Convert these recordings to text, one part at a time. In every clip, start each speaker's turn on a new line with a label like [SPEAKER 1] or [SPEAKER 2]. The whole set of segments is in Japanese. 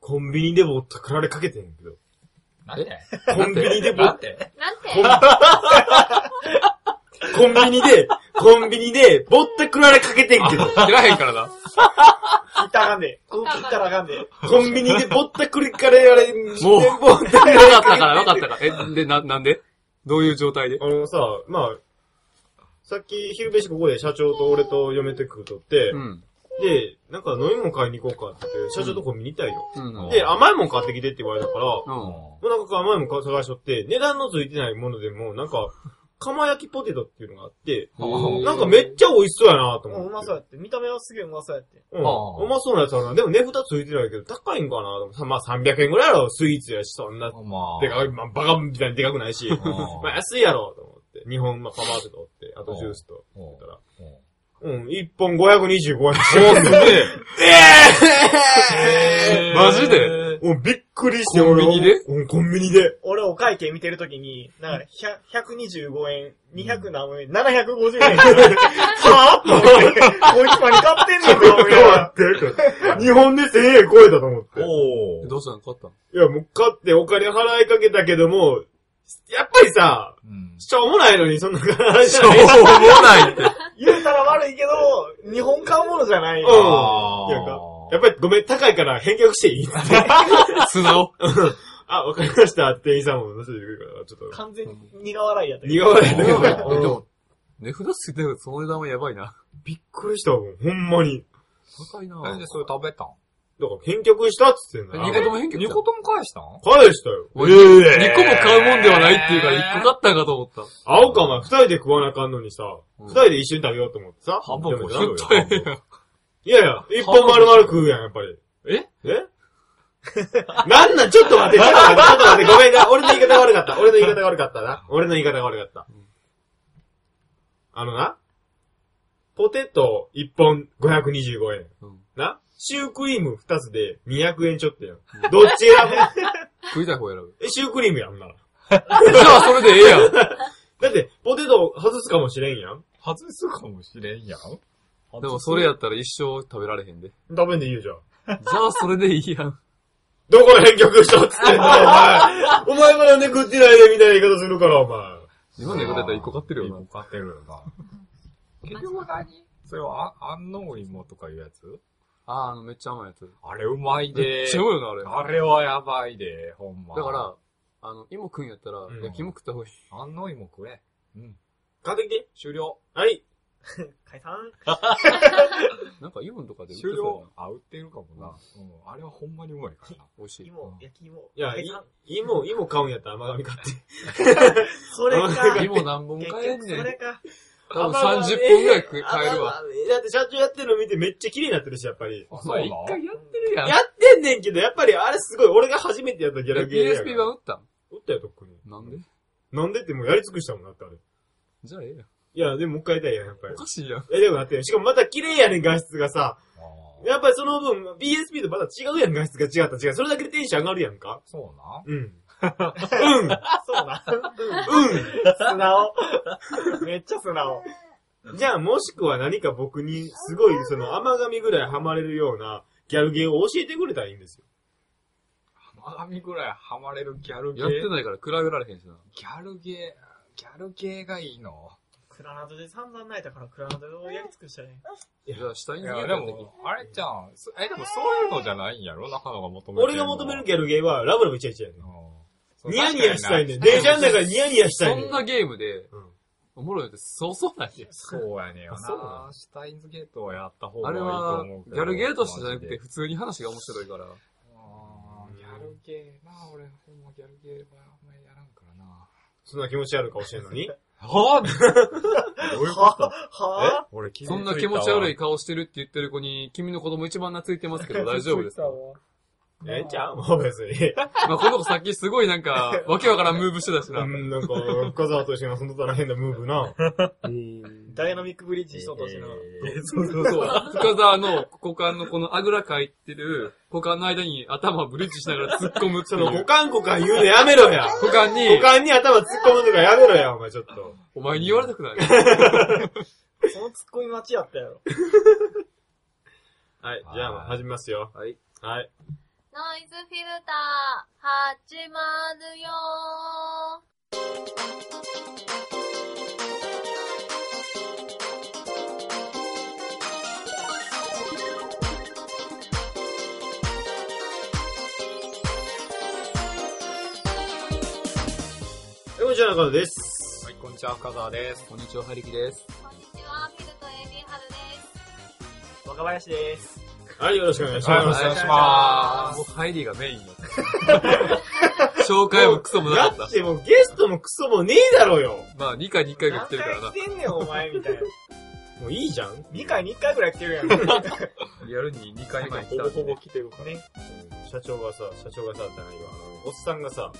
[SPEAKER 1] コンビニでぼったくられかけてんやけど。
[SPEAKER 2] なんで
[SPEAKER 1] コンビニでぼ
[SPEAKER 2] な
[SPEAKER 1] っ
[SPEAKER 2] んで
[SPEAKER 3] なんて
[SPEAKER 1] コン コンビニで、コンビニでぼったくられかけてん けど。
[SPEAKER 2] 知らへんからな。
[SPEAKER 4] 切ったらあかんで。こう切ったらあかんで。
[SPEAKER 1] コンビニでぼったくりかれられ、
[SPEAKER 2] もう
[SPEAKER 1] でぼったくられ
[SPEAKER 2] なかったから、なかったから。え、で、な、なんでどういう状態で
[SPEAKER 1] あのさ、まあ、さっき昼飯ここで社長と俺と嫁と食うとって、
[SPEAKER 2] うん。
[SPEAKER 1] で、なんか飲み物買いに行こうかって言って、社長とコンビニ行ったんよ。
[SPEAKER 2] うん。
[SPEAKER 1] で、甘いもん買ってきてって言われたから、
[SPEAKER 2] う
[SPEAKER 1] も
[SPEAKER 2] ん。
[SPEAKER 1] うなんか甘いもん買探しとって、値段のついてないものでも、なんか、釜焼きポテトっていうのがあって、
[SPEAKER 2] うん
[SPEAKER 1] なんかめっちゃ美味しそうやなと
[SPEAKER 4] う
[SPEAKER 1] 思って。
[SPEAKER 4] んうまそうやって。見た目はすげえうまそうやって。
[SPEAKER 1] うん。
[SPEAKER 2] あー
[SPEAKER 1] うまそうなやつあるな。でも値札ついてないけど、高いんかなと思ってまあ300円ぐらいやろ、スイーツやし、そんな。
[SPEAKER 2] まあ。
[SPEAKER 1] でかい、まあバカみたいにでかくないし。
[SPEAKER 2] うん
[SPEAKER 1] まあ安いやろ、と思って。日本のパワーテとって、あとジュースと。
[SPEAKER 2] うん
[SPEAKER 1] 言ったらうん、1本525円して。
[SPEAKER 2] おすげえ。
[SPEAKER 1] え
[SPEAKER 2] マジで
[SPEAKER 1] ー もうびっくりして、俺
[SPEAKER 2] コンビニで
[SPEAKER 1] うん、コン ビニで。
[SPEAKER 4] 俺お会計見てるときに、なんか100 125円、200何円、750円。はぁと思って、こいつまに買ってんの
[SPEAKER 1] ちょ
[SPEAKER 4] か、
[SPEAKER 1] っと
[SPEAKER 4] 俺は。
[SPEAKER 1] 待 って。日本で1000円超えたと思って。
[SPEAKER 2] おどうしたの買ったの
[SPEAKER 1] いや、もう買ってお金払いかけたけども、やっぱりさ、
[SPEAKER 2] うん。
[SPEAKER 1] しょうもないのにそんな話じ
[SPEAKER 2] し
[SPEAKER 1] ゃ
[SPEAKER 2] ょう
[SPEAKER 1] ない。
[SPEAKER 2] もないって。
[SPEAKER 4] 言うたら悪いけど、日本買うものじゃない。
[SPEAKER 1] うん
[SPEAKER 2] あー
[SPEAKER 1] なんかやっぱりごめん、高いから返却していい
[SPEAKER 2] 素直。
[SPEAKER 1] あ、わかりましたって店員さんも乗せてくるから、ちょっと。
[SPEAKER 4] 完全に苦笑いやったけど
[SPEAKER 1] 苦笑いだけ
[SPEAKER 2] うん で
[SPEAKER 1] ど。うん
[SPEAKER 2] も値札ついてるけど、その値段はやばいな。
[SPEAKER 1] びっくりしたもん、ほんまに。
[SPEAKER 2] 高いな
[SPEAKER 5] なんでそれ食べたん
[SPEAKER 1] だから返却したっつってんだ
[SPEAKER 2] 二
[SPEAKER 1] よ
[SPEAKER 2] 個とも返却
[SPEAKER 5] 二個とも返したん
[SPEAKER 1] 返したよ。
[SPEAKER 2] 俺
[SPEAKER 1] え
[SPEAKER 2] 二個も買うもんではないっていうから、一個買ったんかと思った。
[SPEAKER 1] 青かお前、二人で食わなあかんのにさ、
[SPEAKER 2] うん
[SPEAKER 1] 二人で一緒に食べようと思ってさ。
[SPEAKER 5] 半分
[SPEAKER 1] でも
[SPEAKER 5] こ
[SPEAKER 1] なるよ
[SPEAKER 5] し
[SPEAKER 2] 絶対
[SPEAKER 1] いやいや、一本丸々食うやん、やっぱり。
[SPEAKER 2] え
[SPEAKER 1] えなんなん、ちょっと待って、 ちょっと待って、ちょっと待って、ごめんな。 俺の言い方が悪かった。俺の言い方が悪かったな。俺の言い方が悪かった。あのな、ポテト一本525円。
[SPEAKER 2] うん
[SPEAKER 1] な、シュークリーム二つで200円ちょっとやん。どっち選ぶ
[SPEAKER 2] 食いたい方選ぶ。
[SPEAKER 1] えシュークリームやんな。
[SPEAKER 2] じゃあ、それでええやん。
[SPEAKER 1] だって、ポテト外すかもしれんやん。
[SPEAKER 5] 外すかもしれんやん。
[SPEAKER 2] でも、それやったら一生食べられへんで。じ
[SPEAKER 1] 食べんでいいよ、じゃあ。
[SPEAKER 2] ゃあ、それでいいやん。
[SPEAKER 1] どこ返却したっつ ってんの、お前。お前までね、食ってないでみたいな言い方するから、お前。
[SPEAKER 2] 日本でこれやったら一個買ってるよ
[SPEAKER 5] 一個買ってるよな。
[SPEAKER 3] まさかに。
[SPEAKER 5] それは、あ、安納芋とかいうやつ
[SPEAKER 2] な。あー、あの、めっちゃ甘いやつ。
[SPEAKER 5] あれうまい
[SPEAKER 2] め
[SPEAKER 5] で
[SPEAKER 2] っちゃうまいよな、あれ。
[SPEAKER 5] あれはやばいで、ほんま。
[SPEAKER 2] だか、ら、あの、芋食うんやったら
[SPEAKER 1] う、ん
[SPEAKER 2] 焼き芋食った方がいい。
[SPEAKER 5] 安納芋食え。うん。
[SPEAKER 1] 買ってきて。
[SPEAKER 5] 終了。
[SPEAKER 1] はい。
[SPEAKER 4] 解散
[SPEAKER 2] なんか、芋とかで売って
[SPEAKER 5] 終
[SPEAKER 2] たよ
[SPEAKER 5] 了。あ、売ってるかもな。うん。あれはほんまにうまいからな。
[SPEAKER 2] 美味しい。
[SPEAKER 4] 芋、焼き芋。
[SPEAKER 1] いや、
[SPEAKER 4] 解
[SPEAKER 1] い
[SPEAKER 4] 散、
[SPEAKER 1] 芋、芋買うんやったら甘神買って。
[SPEAKER 4] それか。
[SPEAKER 2] 芋何本
[SPEAKER 4] 結
[SPEAKER 2] 買えん
[SPEAKER 4] 局
[SPEAKER 2] ね
[SPEAKER 4] それ
[SPEAKER 2] ん。
[SPEAKER 4] か。
[SPEAKER 2] 多分30本ぐらい食え買えるわ。
[SPEAKER 1] 甘々。だって社長やってるの見てめっちゃ綺麗になってるし、やっぱり。
[SPEAKER 5] あ、
[SPEAKER 2] まあ、一回やってるやん。
[SPEAKER 1] やってんねんけど、やっぱりあれすごい、俺が初めてやったギャラゲーやから。
[SPEAKER 2] PSP 版打ったん
[SPEAKER 1] おったよ、とっくに。
[SPEAKER 2] なんで
[SPEAKER 1] なんでってもうやり尽くしたもんなって、あれ。
[SPEAKER 2] じゃあええやん。
[SPEAKER 1] いや、でももう一回やりたいやん、やっぱり
[SPEAKER 2] お。かしいやん。
[SPEAKER 1] え、でもだって、しかもまた綺麗やねん、画質がさ。
[SPEAKER 5] あー
[SPEAKER 1] やっぱりその分、PSP とまた違うやん、画質が違った違う。それだけでテンション上がるやんか。
[SPEAKER 5] そうな。
[SPEAKER 1] うん。うん。
[SPEAKER 4] そうな。
[SPEAKER 1] うん。
[SPEAKER 4] 素直。めっちゃ素直。
[SPEAKER 1] じゃあ、もしくは何か僕に、すごい、その、甘神ぐらいハマれるような、ギャルゲーを教えてくれたらいいんですよ。
[SPEAKER 5] 甘神ぐらいハマれるギャルゲ
[SPEAKER 2] やって
[SPEAKER 5] ー。
[SPEAKER 2] ないから比べられへんしな。
[SPEAKER 5] ギャルゲー、ギャルゲーがいいの。
[SPEAKER 4] クラナドで散々泣いたからクラナドをやり尽くしたね。
[SPEAKER 2] じゃあ、下に
[SPEAKER 5] い
[SPEAKER 2] 逃げ
[SPEAKER 5] や、
[SPEAKER 2] た
[SPEAKER 5] で
[SPEAKER 2] やつだけ
[SPEAKER 5] も、あれじゃん。そえ、でもそういうのじゃないんやろ中野が求めてるのは
[SPEAKER 1] 俺が求めるギャルゲーは、ラブラブイチャイチャやねん。
[SPEAKER 5] うん
[SPEAKER 1] ニヤニヤしたいねん。
[SPEAKER 5] 確かに
[SPEAKER 1] 電車の中でニヤニヤしたい
[SPEAKER 2] そ
[SPEAKER 1] ねん。
[SPEAKER 2] んなゲームで
[SPEAKER 1] うん、
[SPEAKER 2] おもろいのってそうそうないやん。
[SPEAKER 5] そうやねんよ
[SPEAKER 1] そうな
[SPEAKER 5] な。シュタインズゲートはやった方が
[SPEAKER 2] あ
[SPEAKER 5] いい
[SPEAKER 2] れ
[SPEAKER 5] と思
[SPEAKER 2] は
[SPEAKER 5] うけど。、
[SPEAKER 2] ギャルゲーとしてじゃな
[SPEAKER 5] マ
[SPEAKER 2] く
[SPEAKER 5] ジ
[SPEAKER 2] て、
[SPEAKER 5] で。
[SPEAKER 2] 普通に話が面白いから。
[SPEAKER 5] あーギャルゲーな、俺ほんまギャルゲーはあんまりやらんからな。
[SPEAKER 1] そんな気持ち悪い顔してんのに。
[SPEAKER 5] はぁどういうこと
[SPEAKER 4] は
[SPEAKER 5] 俺気
[SPEAKER 2] そんな気持ち悪い
[SPEAKER 5] か
[SPEAKER 2] 顔してるって言ってる子に、君の子供一番懐いてますけど大丈夫ですか
[SPEAKER 1] ええちゃうもう別に。
[SPEAKER 2] まあこの子さっきすごいなんか、わけわからんムーブしてたし
[SPEAKER 1] う
[SPEAKER 2] な。
[SPEAKER 1] ん、なんか、深沢と一緒に遊んどったら変なムーブな。
[SPEAKER 4] ダイナミックブリッジしとったしな。
[SPEAKER 2] そうそうそう。深沢の股間のこのあぐらかいてる股間の間に頭をブリッジしながら突っ込むって
[SPEAKER 1] そ
[SPEAKER 2] い
[SPEAKER 1] の、股
[SPEAKER 2] う。
[SPEAKER 1] 間股間言うのやめろや。
[SPEAKER 2] 股間に
[SPEAKER 1] 股、間に頭突っ込むとかやめろや、お前ちょっと。
[SPEAKER 2] お前に言われたくない。
[SPEAKER 4] そのツッコミ待ちやったやろ。
[SPEAKER 1] はい、じゃあ、始めますよ。
[SPEAKER 2] はい。
[SPEAKER 1] はい。
[SPEAKER 6] ノイズフィルター、始まるよ
[SPEAKER 1] え、こんにちは、中野です。
[SPEAKER 2] はい、こんにちは、深澤です。こんにちは、はりきです。
[SPEAKER 6] ー。こんにちは、フィルと AB 春です。
[SPEAKER 4] 若林です。
[SPEAKER 1] はい、よろしくお願いし
[SPEAKER 2] はい、お
[SPEAKER 1] ま
[SPEAKER 2] 願い
[SPEAKER 1] す。
[SPEAKER 2] します。もう、ハイリーがメインだった。紹介もクソもなか
[SPEAKER 1] だ
[SPEAKER 2] っ。
[SPEAKER 1] ったてもうゲストもクソもねえだろうよ。
[SPEAKER 2] まあ、2回に1回が
[SPEAKER 4] 何
[SPEAKER 2] 来てるから
[SPEAKER 4] 回
[SPEAKER 2] な
[SPEAKER 4] 来。てんねん、お前、みたいな。
[SPEAKER 1] もういいじゃん。
[SPEAKER 4] 2回に1回ぐらい来てるやん。ね。
[SPEAKER 2] リアルに2回前に来
[SPEAKER 5] ほ
[SPEAKER 2] た
[SPEAKER 5] ぼ
[SPEAKER 2] んで
[SPEAKER 5] ほ
[SPEAKER 2] ね。
[SPEAKER 5] ぼ来てるから。
[SPEAKER 1] 社長がさ、社長がさ、じゃないわ。あのおっさんがさ、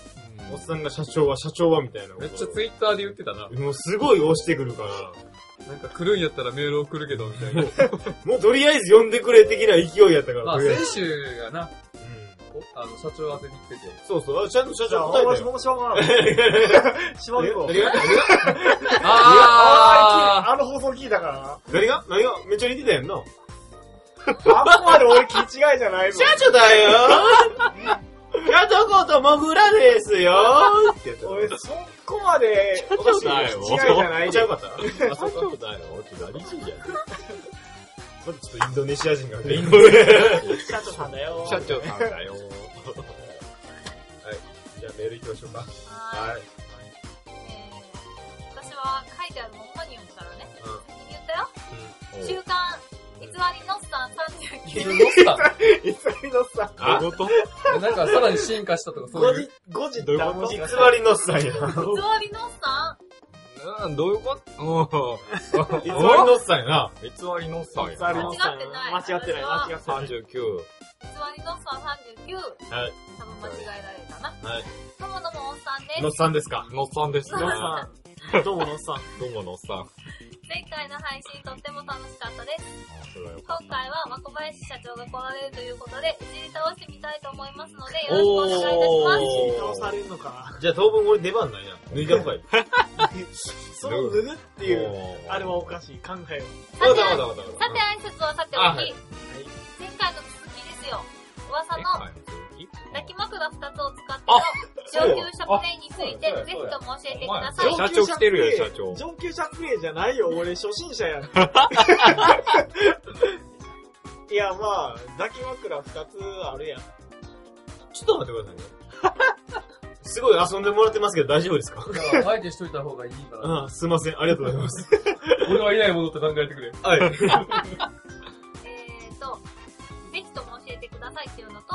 [SPEAKER 2] う
[SPEAKER 1] お
[SPEAKER 2] ん
[SPEAKER 1] っさんが社長は社長はみたいな。
[SPEAKER 2] めっちゃツイッターで言ってたな。
[SPEAKER 1] もうすごい押してくるから。
[SPEAKER 2] なんか来るんやったらメール送るけど、みたいな。
[SPEAKER 1] もうとりあえず呼んでくれ的な勢いやったから、
[SPEAKER 2] まあ、
[SPEAKER 1] とりあえ
[SPEAKER 2] 先
[SPEAKER 1] ず。
[SPEAKER 2] 週がな、
[SPEAKER 1] うん
[SPEAKER 2] おあの、社長当てに来てて。
[SPEAKER 1] そうそう、あちゃんと社
[SPEAKER 4] じゃ
[SPEAKER 1] 長
[SPEAKER 4] あ、
[SPEAKER 1] 答えた
[SPEAKER 4] 私
[SPEAKER 1] よ。
[SPEAKER 4] もしょうがない。絞りこう
[SPEAKER 1] 何。が
[SPEAKER 2] あ
[SPEAKER 4] あの放送聞いたか
[SPEAKER 1] 何が何がめっちゃ似てたやんな。
[SPEAKER 4] らな。あんまで俺気違いじゃないぞ
[SPEAKER 1] 社。長だよーやどこともぐらですよーって言った。
[SPEAKER 4] 俺、そこまで、おかしい。気違いじゃない
[SPEAKER 1] ちゃ
[SPEAKER 4] よ
[SPEAKER 1] う。かったあ、社長だよーって何人じゃん。まずちょっとインドネシア人がね、インドネシア人。
[SPEAKER 4] 社長さんだよ。
[SPEAKER 5] 社長さんだよ。
[SPEAKER 1] じゃあメール行きましょうか。
[SPEAKER 6] はーい。
[SPEAKER 1] はい。
[SPEAKER 6] えー私は書いてあるまんまに読むからね。言ったよ。週刊、偽りのっさん
[SPEAKER 2] ーいや
[SPEAKER 6] 39。
[SPEAKER 2] どうし
[SPEAKER 4] い
[SPEAKER 2] た
[SPEAKER 4] つりのさ、
[SPEAKER 1] あ、
[SPEAKER 5] 事
[SPEAKER 2] なんか、さらに進化したとか、そう
[SPEAKER 4] 5
[SPEAKER 2] いう
[SPEAKER 4] 時。、5時
[SPEAKER 5] どういうこと
[SPEAKER 4] 5
[SPEAKER 1] 偽
[SPEAKER 4] 時
[SPEAKER 1] りのっさんや。偽り
[SPEAKER 6] 偽りのっさん
[SPEAKER 5] うん、どういうことうん。
[SPEAKER 1] のっさんやな。
[SPEAKER 5] 偽りのさんや
[SPEAKER 4] 偽りの
[SPEAKER 5] な。
[SPEAKER 4] さん
[SPEAKER 6] 間違ってない
[SPEAKER 4] 間違ってない、間違ってない。
[SPEAKER 5] 39。
[SPEAKER 6] 偽りのっさん39。
[SPEAKER 1] はい。
[SPEAKER 6] 多分間違えられたな。
[SPEAKER 1] はい。
[SPEAKER 6] ともどもおっさんです
[SPEAKER 1] のっ。さんですか。
[SPEAKER 5] のっさんですね。
[SPEAKER 4] さん。どうものさん。
[SPEAKER 5] どうものっさん。
[SPEAKER 6] 前回の配信とっても楽しかったです。
[SPEAKER 5] それはよか
[SPEAKER 6] 今
[SPEAKER 5] った
[SPEAKER 6] 回は若林社長が来られるということで、いじり倒してみたいと思いますので、よろしくお願いいたします。
[SPEAKER 4] 倒されるのか。
[SPEAKER 1] じゃあ当分俺出番ないな。抜いた方がいい。
[SPEAKER 4] その脱ぐっていう、
[SPEAKER 5] おー
[SPEAKER 4] あれはおかしい。考えを。
[SPEAKER 1] わかったわかったわかった
[SPEAKER 6] さ。て挨拶はさてお
[SPEAKER 1] あは
[SPEAKER 6] き
[SPEAKER 1] い、
[SPEAKER 6] 前回の続きですよ。噂
[SPEAKER 5] 前
[SPEAKER 6] の
[SPEAKER 5] 回の続き
[SPEAKER 6] 抱き枕2つを使っての上級者プレイについて、
[SPEAKER 5] あ
[SPEAKER 6] ぜひとも教えてくださ
[SPEAKER 5] そう
[SPEAKER 6] い
[SPEAKER 5] や。社長来てるよ社長
[SPEAKER 4] 上級者プレイじゃないよ、俺初心 者やん。いや、まあ、抱き枕二つあるやん。
[SPEAKER 1] ちょっと待ってくださいね。すごい遊んでもらってますけど大丈夫ですか
[SPEAKER 2] だから、相手しといた方がいいかな。
[SPEAKER 1] ああすいません。ありがとうございます。
[SPEAKER 2] 俺はいないものって考えて くれ。
[SPEAKER 1] はい。
[SPEAKER 6] えーと、ぜひとも教えてくださいっていうのと、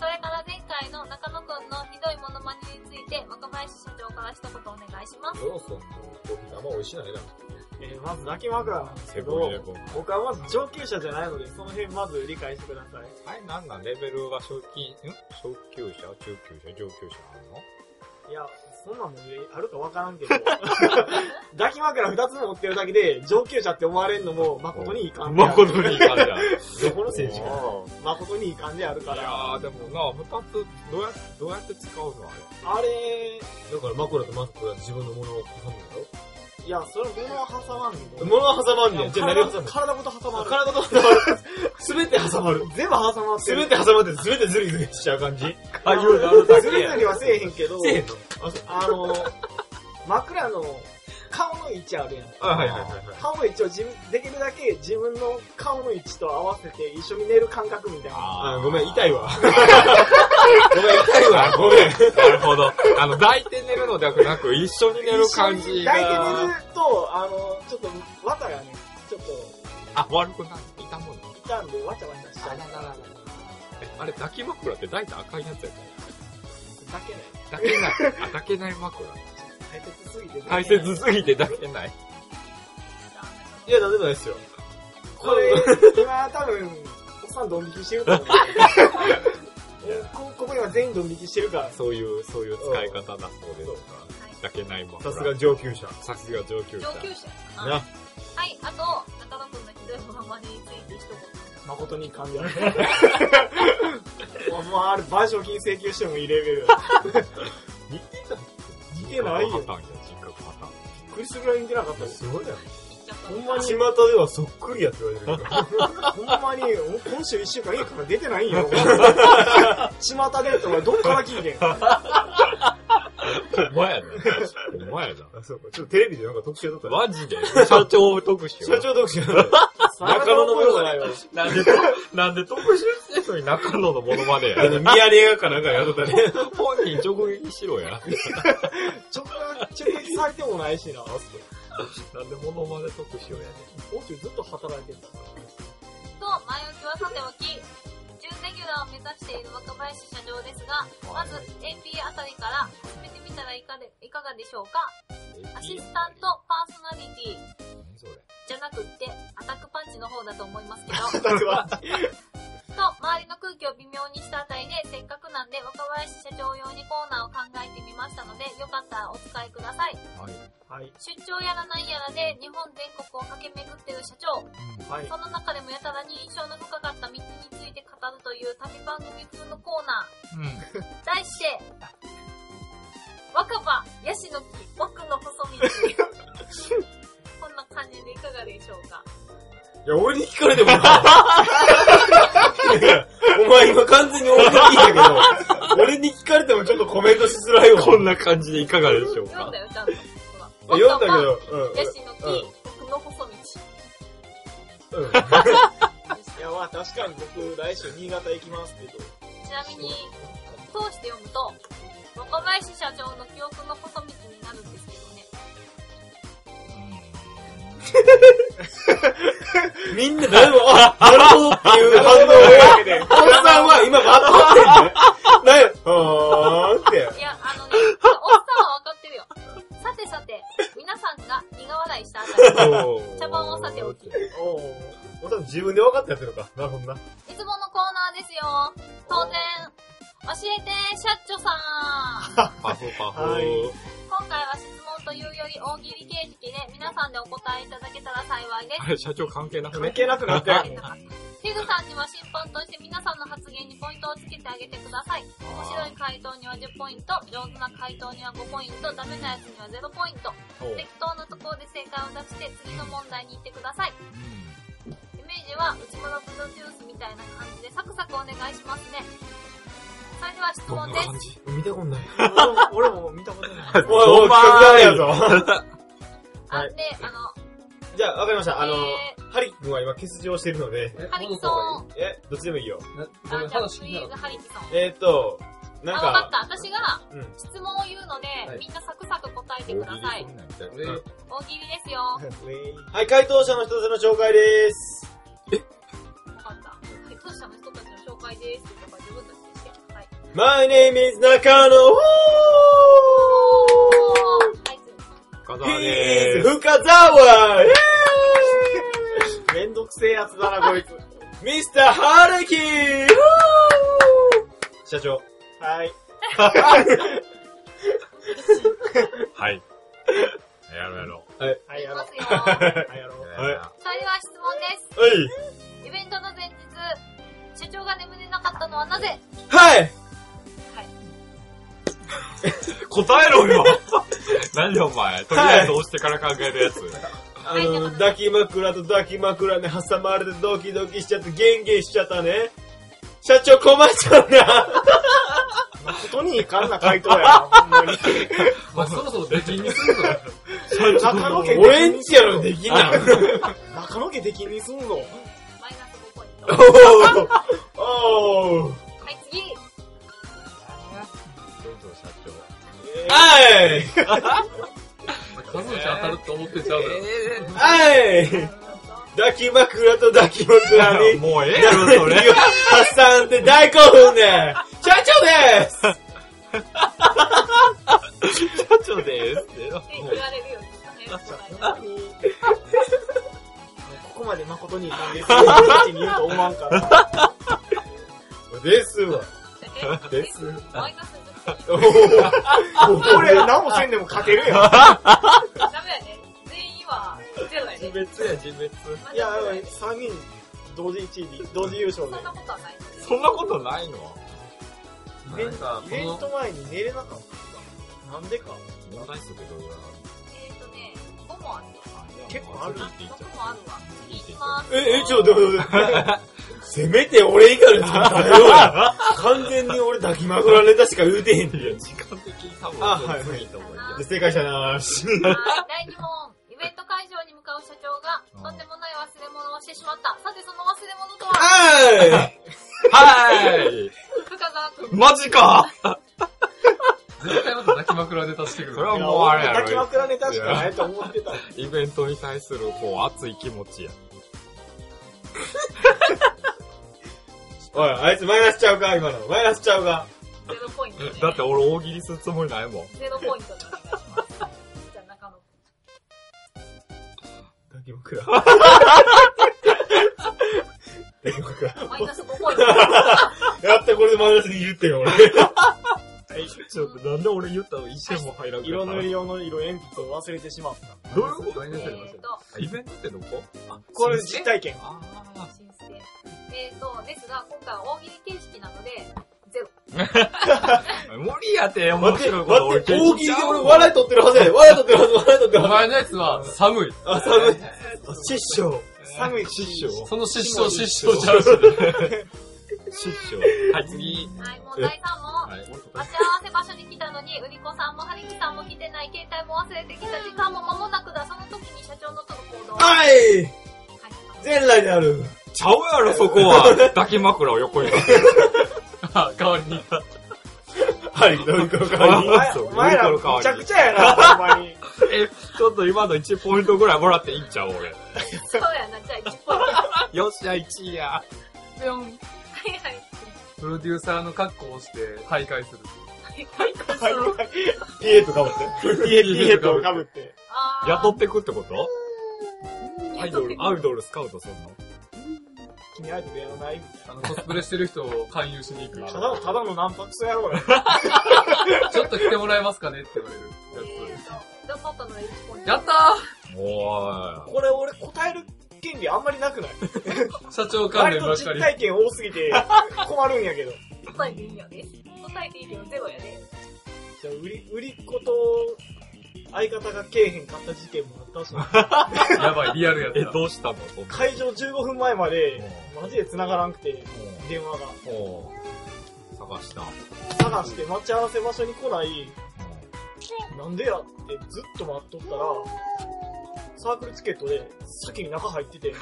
[SPEAKER 6] それから前回の中野くんのひどいモノマネについて、若林社長から一言お願いします。
[SPEAKER 1] ローソンのコーヒーあんま美味しないな。
[SPEAKER 4] えーまず抱き枕なんですけ
[SPEAKER 5] セブンイレ
[SPEAKER 4] ど、
[SPEAKER 5] ブン。
[SPEAKER 4] 僕はまず上級者じゃないので、その辺まず理解してください。
[SPEAKER 5] あれなんなんレベルが初級、ん初級者中級者上級者あるの
[SPEAKER 4] いや、そんなもんあるかわから んけど、抱き枕二つ持ってるだけで上級者って思われるのも誠にいい感じある。
[SPEAKER 5] 誠にいい感じや。
[SPEAKER 1] どこの政治家
[SPEAKER 4] 誠にいい感じあるか
[SPEAKER 5] いや
[SPEAKER 4] ら、
[SPEAKER 5] ーでもな、二つ、どうや、どうやって使うのあ
[SPEAKER 4] あれ、
[SPEAKER 1] だから枕と枕は自分のものを挟むんだろ
[SPEAKER 4] いや、それ物は挟まんねん
[SPEAKER 1] 物は挟まんねん。じゃあ何を
[SPEAKER 4] 体
[SPEAKER 1] 挟む
[SPEAKER 4] 体ごと挟まる。
[SPEAKER 1] 体と挟まる。すべて挟まる。
[SPEAKER 4] 全部挟まって
[SPEAKER 1] す
[SPEAKER 4] る。
[SPEAKER 1] べて挟まってすべてズリズリしちゃう感じ
[SPEAKER 4] あ、
[SPEAKER 5] いうのあるだけ
[SPEAKER 4] ずりずりはせえへんけど、
[SPEAKER 1] せえへんのあ、そう。
[SPEAKER 4] あの、枕の顔の位置あるやん。
[SPEAKER 1] あ、はいはいはいはい。
[SPEAKER 4] 顔の位置を自分、できるだけ自分の顔の位置と合わせて一緒に寝る感覚みたいな。
[SPEAKER 1] あ
[SPEAKER 5] ー
[SPEAKER 1] ごめん、痛いわ。 ごめん、痛いわ。ごめん。
[SPEAKER 5] なるほど。あの、抱いて寝るのではなく、一緒に寝る感
[SPEAKER 4] 一緒
[SPEAKER 5] じ
[SPEAKER 4] に
[SPEAKER 5] が。
[SPEAKER 4] 抱いて寝ると、あの、ちょっと、綿がね、ちょっと、
[SPEAKER 5] あ、悪くなっていたもん。
[SPEAKER 4] いたんで、わちゃわちゃしちゃう。
[SPEAKER 5] えあれ、抱き枕って抱いた赤いやつやった
[SPEAKER 4] 抱けない。
[SPEAKER 5] 抱けない。 あ、抱けない枕。
[SPEAKER 4] 大切すぎて。
[SPEAKER 5] 大切すぎて抱け ない。
[SPEAKER 1] いや、なんでもないですよ。
[SPEAKER 4] これ、今多分、おっさんドン引きしてると思う。こここ今全員ドン引きしてるから。
[SPEAKER 5] そういう、そういう使い方だそうです。抱けない枕。
[SPEAKER 1] さすが、上級者。
[SPEAKER 5] さすが上級者
[SPEAKER 6] 上。級者かな
[SPEAKER 1] な。
[SPEAKER 6] はい、あと、中野くんのひどいモノマネについて一言。
[SPEAKER 4] 誠に 感じられる。もうもうあれ、賠償金請求してもいいレベル。似てた似てないよ。びっ
[SPEAKER 5] 人格破綻や、人格破綻。
[SPEAKER 4] くりするぐらい似てなかったです。
[SPEAKER 1] すごいやん。
[SPEAKER 6] 似ちゃった
[SPEAKER 4] ほんま
[SPEAKER 1] 巷
[SPEAKER 4] に
[SPEAKER 1] ではそっくりやって言われてるから。
[SPEAKER 4] ほんまに、お今週一週間家から出てないんよ。巷でってお前どっから聞いてん
[SPEAKER 7] お前やな。お前や
[SPEAKER 1] あ、そうか。ちょっとテレビでなんか特集だった
[SPEAKER 7] な。
[SPEAKER 1] ね
[SPEAKER 7] マジで社長特集。
[SPEAKER 1] 社長特集
[SPEAKER 4] 中野のものだよ。
[SPEAKER 7] なんで、なんで特集してんのに中野のモノマネや。
[SPEAKER 1] あの、ミヤネ屋かなんかやっと ったね。
[SPEAKER 7] 本人直撃しろや。
[SPEAKER 4] ちょっと、直撃されてもないしな。
[SPEAKER 7] なんでモノマネ特集やね
[SPEAKER 4] 今週ずっと働いてた。
[SPEAKER 6] と、前置きはさておき、準レギュラーを目指している若林社長ですが、まず AP あたりから始めてみたらいかでいかがでしょうかアシスタントパーソナリティ
[SPEAKER 7] 何それ。
[SPEAKER 6] じゃなくって、アタックパンチの方だと思いますけど、
[SPEAKER 4] だっては、
[SPEAKER 6] と、周りの空気を微妙にしたあたりで、せっかくなんで若林社長用にコーナーを考えてみましたので、よかったらお使いください。
[SPEAKER 7] はい。
[SPEAKER 4] はい、
[SPEAKER 6] 出張やらないやらで日本全国を駆け巡ってる社長、
[SPEAKER 4] はい。
[SPEAKER 6] その中でもやたらに印象の深かった道について語るという旅番組風のコーナー。題して、若葉、ヤシの木、僕の細道。こんな感じでいかがでしょうか
[SPEAKER 1] いや、俺に聞かれてもな。いやお前今完全に俺のいいんだけど、俺に聞かれてもちょっとコメントしづらいわ。
[SPEAKER 7] こんな感じでいかがでしょう
[SPEAKER 6] 読ん
[SPEAKER 7] か
[SPEAKER 6] だよ、ちゃんと。ほら
[SPEAKER 1] 読んだけ
[SPEAKER 6] 若
[SPEAKER 1] ど、
[SPEAKER 6] 葉ヤシの木、
[SPEAKER 1] うん
[SPEAKER 6] 僕の細道。
[SPEAKER 1] うん。うん
[SPEAKER 4] いや、まあ確かに僕、来週新潟行きますけど。
[SPEAKER 6] ちなみに、通して読むと、若林社長の記憶の細道になるんですけどね。
[SPEAKER 1] みんな誰も、あ、なるほどっていう反応が、 おっさんは今 待ってんね。なんや、はーんって。
[SPEAKER 6] いや、あのね、おっさんは分かってるよ。さてさて、皆さんが苦笑いしたあたり、茶番をさておき。い
[SPEAKER 4] おー
[SPEAKER 1] おっさん自分で分かってやってるのか。なるほどな。
[SPEAKER 6] つものコーナーですよ。当然、教えて、シャッチョさん。
[SPEAKER 7] パフパフ。
[SPEAKER 4] はい
[SPEAKER 6] 今回は質問というより大喜利形式で皆さんでお答えいただけたら幸いで
[SPEAKER 7] あれ、社長関係なく
[SPEAKER 4] 関
[SPEAKER 7] ね
[SPEAKER 4] 係なくなったよ。
[SPEAKER 6] す。フィグさんには審判として皆さんの発言にポイントをつけてあげてください。面白い回答には10ポイント、上手な回答には5ポイント、ダメなやつには0ポイント。適当なところで正解を出して次の問題に行ってください。イメージは内村プロデュースみたいな感じでサクサクお願いしますね。それでは質問です。
[SPEAKER 7] じ
[SPEAKER 1] 見たことない。
[SPEAKER 4] 俺も俺も見たことない。
[SPEAKER 1] おい、おい、企画あるやぞ。
[SPEAKER 6] あ、
[SPEAKER 1] はい
[SPEAKER 6] で、あの、
[SPEAKER 1] じゃあ、わかりました。あの、
[SPEAKER 6] え
[SPEAKER 1] ハリキ君は今欠場しているので、
[SPEAKER 2] え
[SPEAKER 6] ハリキソ
[SPEAKER 2] 戻っ
[SPEAKER 6] ン。
[SPEAKER 1] え、どっちでもいいよ。
[SPEAKER 2] た方がいいな
[SPEAKER 6] あ、
[SPEAKER 2] ごめん
[SPEAKER 6] じゃあ、
[SPEAKER 2] 話
[SPEAKER 6] プ
[SPEAKER 2] 聞
[SPEAKER 6] リ
[SPEAKER 2] い
[SPEAKER 6] ー
[SPEAKER 2] てな
[SPEAKER 6] ズ
[SPEAKER 2] かっ
[SPEAKER 6] ハリキソン。
[SPEAKER 1] えーっと、なん
[SPEAKER 6] あ、わか
[SPEAKER 1] か
[SPEAKER 6] っ、た。私が
[SPEAKER 1] うん。
[SPEAKER 6] 質問を言うので、
[SPEAKER 2] はい
[SPEAKER 6] みんなサクサク答えてください。
[SPEAKER 2] た。
[SPEAKER 1] う
[SPEAKER 2] え
[SPEAKER 1] ん
[SPEAKER 6] 大喜利ですよ。わ
[SPEAKER 1] はい、回答者の人たちの紹介です。
[SPEAKER 6] かった。はい、当社の人たちの紹介です。とか自分たちでして。はい。
[SPEAKER 1] My name is 中野
[SPEAKER 6] おーはい、次。
[SPEAKER 7] 深澤
[SPEAKER 1] He
[SPEAKER 7] で
[SPEAKER 1] is 深沢イェーイ
[SPEAKER 4] めんどくせえやつだな、こいつ。
[SPEAKER 1] !Mr. ハルキ社長。
[SPEAKER 4] はい。
[SPEAKER 7] す。はい。やろうやろ
[SPEAKER 4] はい、
[SPEAKER 6] い
[SPEAKER 4] や
[SPEAKER 6] き
[SPEAKER 4] ろ
[SPEAKER 6] ま
[SPEAKER 4] う。
[SPEAKER 6] すよ。
[SPEAKER 4] はい、
[SPEAKER 1] は
[SPEAKER 7] う
[SPEAKER 4] やろう。。
[SPEAKER 6] それでは質問です。
[SPEAKER 1] はい。
[SPEAKER 6] イベントの前日、社長が眠れなかったのはなぜ
[SPEAKER 1] はい
[SPEAKER 7] 答えろよ何お前。とりあえず押してから考える やつ。
[SPEAKER 1] あの、抱き枕と抱き枕に挟まれてドキドキしちゃってゲンゲンしちゃったね。社長困っちゃうな。
[SPEAKER 4] 本当にいかんな回答やな、ほんまに。
[SPEAKER 2] まあ、そろそろ出禁にするぞ。
[SPEAKER 4] 中野家
[SPEAKER 1] 俺んちやろ、できんな。
[SPEAKER 4] 中野家出禁にすん ぞ。
[SPEAKER 6] マイナス5ポイント。
[SPEAKER 1] おーおー
[SPEAKER 6] はい、次。
[SPEAKER 7] どうぞ社長。
[SPEAKER 1] はい
[SPEAKER 2] 数打ち当たると思ってちゃうよ。
[SPEAKER 1] はい抱き枕と抱き枕に
[SPEAKER 7] もうええやろ、それ。
[SPEAKER 1] 発散って大興奮で社長です
[SPEAKER 7] 社長でーすって。
[SPEAKER 6] って言われるようにしたね。
[SPEAKER 4] ここまで誠にいかんです。一気に言うと思わんから。
[SPEAKER 1] ですわ。
[SPEAKER 6] です。マイナス10
[SPEAKER 1] おー
[SPEAKER 4] これ、何もせんでも勝てるやん。
[SPEAKER 6] ダメやね。全員はゼロやね。
[SPEAKER 7] 別や、自別。
[SPEAKER 4] いや、3人同時1位、同時優勝
[SPEAKER 6] そんな
[SPEAKER 4] で。
[SPEAKER 6] ことはない。
[SPEAKER 7] そんなことないの
[SPEAKER 4] イベントイベント前に寝れなかった。なんでか。
[SPEAKER 7] 問題数ってどうだろ
[SPEAKER 6] えっとね、5問あった。
[SPEAKER 4] 結構ある
[SPEAKER 6] あ、僕もあるわ。次行きます。
[SPEAKER 1] え、え、ちょ、っと待って待ってせめて俺以外の人だよ。完全に俺抱きまくられたしか言うてへんで。
[SPEAKER 2] 時間的に多分、
[SPEAKER 1] あはいはい
[SPEAKER 2] いと思う。
[SPEAKER 6] はい
[SPEAKER 1] 正解者なし。
[SPEAKER 6] 第2問。イベント会場に向かう社長が、とんでもない忘れ物をしてしまった。さて、その忘れ物とは、
[SPEAKER 1] は
[SPEAKER 7] はい
[SPEAKER 6] 深澤くん。
[SPEAKER 7] マジか
[SPEAKER 2] 絶対また抱き枕で出してくる。
[SPEAKER 7] それはもうあれやろ
[SPEAKER 4] 抱き枕ネタしかないと思ってた。
[SPEAKER 7] イベントに対するこう熱い気持ちや。
[SPEAKER 1] おい、あいつマイナスちゃうか今の。マイナスちゃうか
[SPEAKER 6] ゼロポイント、ね。
[SPEAKER 7] だって俺大喜利するつもりないもん。
[SPEAKER 6] ゼロポイントでお願いします。じゃあ、中野くん。
[SPEAKER 1] 抱き枕。抱き枕。
[SPEAKER 6] マイナス5ポイント。
[SPEAKER 1] やった、これでマイナス20点よ、俺。
[SPEAKER 7] ちょっとなんで俺言ったの一瞬も入らんかった
[SPEAKER 4] 色塗り用の色鉛筆を忘れてしまっ た。
[SPEAKER 7] どういうこと
[SPEAKER 2] マイナスになりま
[SPEAKER 6] え
[SPEAKER 2] し
[SPEAKER 6] ー
[SPEAKER 2] た
[SPEAKER 6] と、
[SPEAKER 7] あイベントってどこ
[SPEAKER 4] これ実体験。
[SPEAKER 7] ああ。
[SPEAKER 6] 申請。えーと、ですが、今回は大喜利形式なので、ゼロ。
[SPEAKER 7] 無理やて、面
[SPEAKER 1] 待って、
[SPEAKER 7] 白いこと
[SPEAKER 1] 待
[SPEAKER 7] 俺
[SPEAKER 1] って、大喜利
[SPEAKER 7] ち
[SPEAKER 1] で
[SPEAKER 7] ゃう
[SPEAKER 1] 俺
[SPEAKER 7] もん
[SPEAKER 1] 笑い取ってるはずやで。笑い取ってるはず、笑い取ってる
[SPEAKER 2] お
[SPEAKER 1] は
[SPEAKER 2] 前のやつは寒い。
[SPEAKER 1] ず。あ、寒い。失笑。
[SPEAKER 4] 寒いし
[SPEAKER 7] 失笑
[SPEAKER 2] その失笑失笑ちゃうし。
[SPEAKER 7] 失
[SPEAKER 2] はい、 次。
[SPEAKER 6] はい、もう第3問。
[SPEAKER 7] 笑。はい。
[SPEAKER 6] 待ち合わせ場所に来たのに、売り子さんも春樹さんも来てない、携帯も忘れてきた時間も間もなくだ、その時に社長のとの行動を。は
[SPEAKER 1] は
[SPEAKER 6] い
[SPEAKER 1] い前来である。
[SPEAKER 7] ちゃうやろ、そこは。抱き枕を横に。
[SPEAKER 2] あ、代わりに。
[SPEAKER 1] はい、どういうことか。
[SPEAKER 4] お前お前ら、むちゃくちゃやな、ほんまに。
[SPEAKER 7] え、ちょっと今の1ポイントぐらいもらっていいんちゃう俺。
[SPEAKER 6] そうやな、じゃあ1ポイント。は
[SPEAKER 7] よっしゃ、1位や。
[SPEAKER 2] ぴょん。
[SPEAKER 6] い はい。
[SPEAKER 2] プロデューサーの格好をして徘徊する。
[SPEAKER 1] ピエットかぶって。
[SPEAKER 4] ピエピエとかぶって。
[SPEAKER 6] あー
[SPEAKER 7] 雇ってくってことアイドル、
[SPEAKER 6] あ
[SPEAKER 7] アイドルスカウトすんの
[SPEAKER 4] 君アイドルやらないみたい
[SPEAKER 2] あの、コスプレしてる人を勧誘しに行く。
[SPEAKER 4] な。ただ、ただのナンパクソ野郎や。
[SPEAKER 2] ちょっと来てもらえますかねって言われる
[SPEAKER 6] えーと、ドパットの1ポイント。
[SPEAKER 2] やつ。やった
[SPEAKER 7] お
[SPEAKER 4] これ俺答える権利あんまりなくない
[SPEAKER 2] ー社長関
[SPEAKER 4] 割
[SPEAKER 2] 連
[SPEAKER 4] と
[SPEAKER 2] ばっか
[SPEAKER 4] 実
[SPEAKER 2] り。
[SPEAKER 4] 体験多すぎて困るんやけど。
[SPEAKER 6] 答えていいよね。答えていいけどゼロやね。
[SPEAKER 4] じゃあ、売り、売りっ子と相方がけえへんかった事件もあったし、
[SPEAKER 2] やばい、リアルやっ
[SPEAKER 7] ーえ、
[SPEAKER 2] た。
[SPEAKER 7] どうしたのそんな
[SPEAKER 4] 会場15分前まで、マジで繋がらんくて、電話が。
[SPEAKER 7] おお探した。
[SPEAKER 4] 探して待ち合わせ場所に来ない、なんでやってずっと待っとったら、サークルチケットで先に中入ってて、し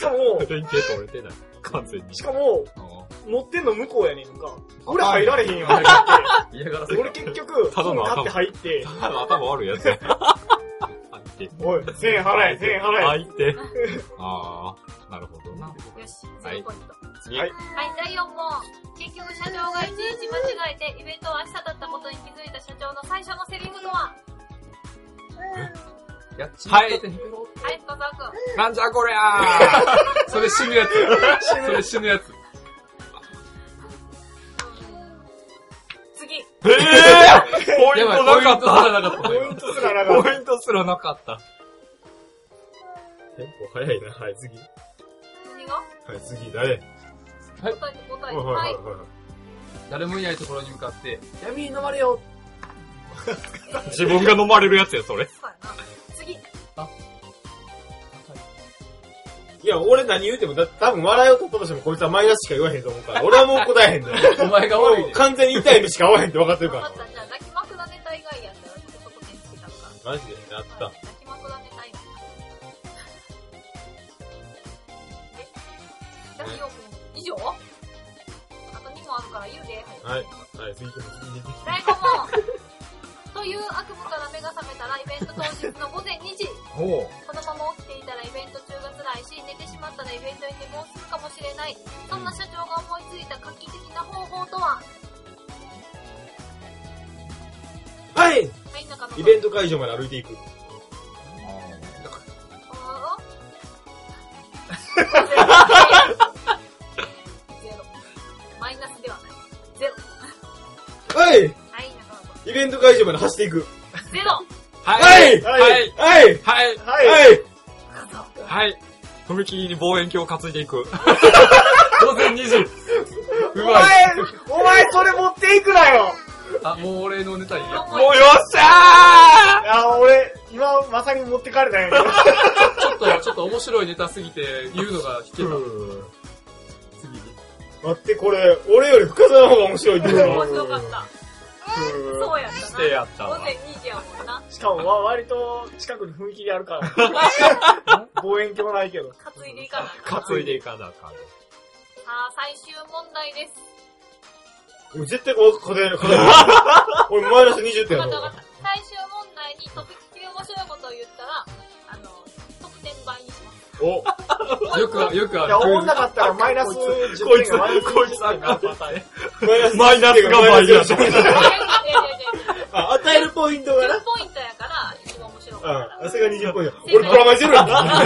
[SPEAKER 4] かも、
[SPEAKER 7] 連携取れてない。完全に
[SPEAKER 4] し。かも、乗ってんの向こうやねんか。俺入られへんよ、
[SPEAKER 2] 嫌がらせ
[SPEAKER 4] 俺。結局、
[SPEAKER 7] ただ
[SPEAKER 4] 本
[SPEAKER 7] の
[SPEAKER 4] 買
[SPEAKER 7] 頭
[SPEAKER 4] って入って、
[SPEAKER 7] あの頭悪いやつや。入って。
[SPEAKER 4] おい、1000円払え、1000円払え。
[SPEAKER 7] 入って。ああ、なるほどな。
[SPEAKER 6] よし、ゼロポイント。
[SPEAKER 7] 次。
[SPEAKER 4] はい
[SPEAKER 6] はい、第4問。結局社長が1日間違えてイベントは明日だったことに気づいた社長の最初のセリフとは
[SPEAKER 2] やっちま
[SPEAKER 7] は
[SPEAKER 2] っ
[SPEAKER 7] い
[SPEAKER 2] たって
[SPEAKER 6] はい、深澤くん。
[SPEAKER 7] なんじゃこりゃー
[SPEAKER 2] それ死ぬやつ。それ死ぬやつ。
[SPEAKER 6] 次。
[SPEAKER 7] ええポイ
[SPEAKER 2] や
[SPEAKER 7] ン
[SPEAKER 2] ば
[SPEAKER 7] ト
[SPEAKER 2] い、ポイ
[SPEAKER 7] な
[SPEAKER 2] ン
[SPEAKER 7] かっ
[SPEAKER 2] ト取らなかった
[SPEAKER 4] ポ
[SPEAKER 2] ね。
[SPEAKER 4] イントすら
[SPEAKER 7] た。
[SPEAKER 4] なかっ
[SPEAKER 7] ポイントすらなかった。
[SPEAKER 1] テンポ早いな。はい、次。は
[SPEAKER 6] 何が
[SPEAKER 1] い、次、誰
[SPEAKER 6] 答えて答えて。
[SPEAKER 1] は
[SPEAKER 6] はいい。
[SPEAKER 1] は
[SPEAKER 2] 誰もいないところに向かって、
[SPEAKER 1] 闇に飲まれよ。
[SPEAKER 7] 自分が飲まれるやつや、それ。
[SPEAKER 6] そうやな。次。
[SPEAKER 1] いや、俺何言うても、だ多分笑いを取ったとしても、こいつはマイナスしか言わへんと思うから、俺はもう答えへんの よ。
[SPEAKER 2] お前が悪い
[SPEAKER 1] もう
[SPEAKER 2] で。
[SPEAKER 1] 完全に痛い目しか合わへんって分かってる
[SPEAKER 6] 分
[SPEAKER 1] か
[SPEAKER 6] からっ。た。じゃあ、抱き枕ネタ以外やったら、ちょっとそこ点してたか
[SPEAKER 1] マジでやっ
[SPEAKER 6] ら。
[SPEAKER 1] た
[SPEAKER 6] はい。抱き枕ネタ以外。え第4問。以上あと2問あるから言うで。はい
[SPEAKER 1] はい。はい、次行
[SPEAKER 6] 第5問。という悪夢から目が覚めたらイベント当日の午前2時。
[SPEAKER 7] おう。
[SPEAKER 6] このまま起きていたらイベント中が辛いし、寝てしまったらイベントに寝坊するかもしれない。そんな社長が思いついた画期的な方法とは
[SPEAKER 1] はい
[SPEAKER 6] はい、中野
[SPEAKER 1] イベ
[SPEAKER 6] ン
[SPEAKER 1] ント会場まで歩いていく。
[SPEAKER 6] ゼロ。マイナスではない。ゼロ。
[SPEAKER 1] はい
[SPEAKER 6] はい、中野
[SPEAKER 1] イベント会場まで走っていく。
[SPEAKER 6] 君。ゼロ
[SPEAKER 7] はい
[SPEAKER 1] はい
[SPEAKER 7] はい
[SPEAKER 1] はい
[SPEAKER 7] はい
[SPEAKER 4] た。はい。
[SPEAKER 1] はい
[SPEAKER 7] はい踏切に望遠鏡を担いでいく。午前2時。 うまい。
[SPEAKER 4] お前、お前それ持っていくなよ
[SPEAKER 2] あ、もう俺のネタいいや。
[SPEAKER 7] もうよっしゃ
[SPEAKER 4] あ、俺、今、まさに持ってかれたんやけど。
[SPEAKER 2] ちょっと、ちょっと面白いネタすぎて言うのが引けた。次。
[SPEAKER 1] 待って、これ、俺より深澤の方が面白いって言うの
[SPEAKER 6] 面白かった。そうやったな。
[SPEAKER 7] してやったわ
[SPEAKER 6] 午前2時やもんな。
[SPEAKER 4] しかもわ、割と近くに踏切あるから。 望遠鏡ないけど。
[SPEAKER 6] 担いでいかないかな。
[SPEAKER 7] 担いでいかなあかん。
[SPEAKER 6] さあ、最終問題です。
[SPEAKER 1] うん。絶対こう、勝てる、勝てる。俺、マイナス20点
[SPEAKER 6] わ
[SPEAKER 1] や
[SPEAKER 6] かった
[SPEAKER 1] ぞ
[SPEAKER 6] わ。かった。最終問題にとびっきり面白いことを言ったら、あの、得点倍にします。
[SPEAKER 1] お、
[SPEAKER 2] よくあ、よくあ
[SPEAKER 4] いや、
[SPEAKER 2] る。
[SPEAKER 4] 思んなかったらマイナス10点がマイナス
[SPEAKER 7] こいつ
[SPEAKER 4] 10点がパターンね
[SPEAKER 1] マイナス
[SPEAKER 7] マイナスが倍だ
[SPEAKER 1] マイナス
[SPEAKER 6] い
[SPEAKER 1] が
[SPEAKER 6] やいやいやいや
[SPEAKER 1] あ、与えるポイントがな。
[SPEAKER 6] 10ポイントやから、一番面白かった
[SPEAKER 1] うん。あ、それが20ポイント。俺、プラマイゼロやった。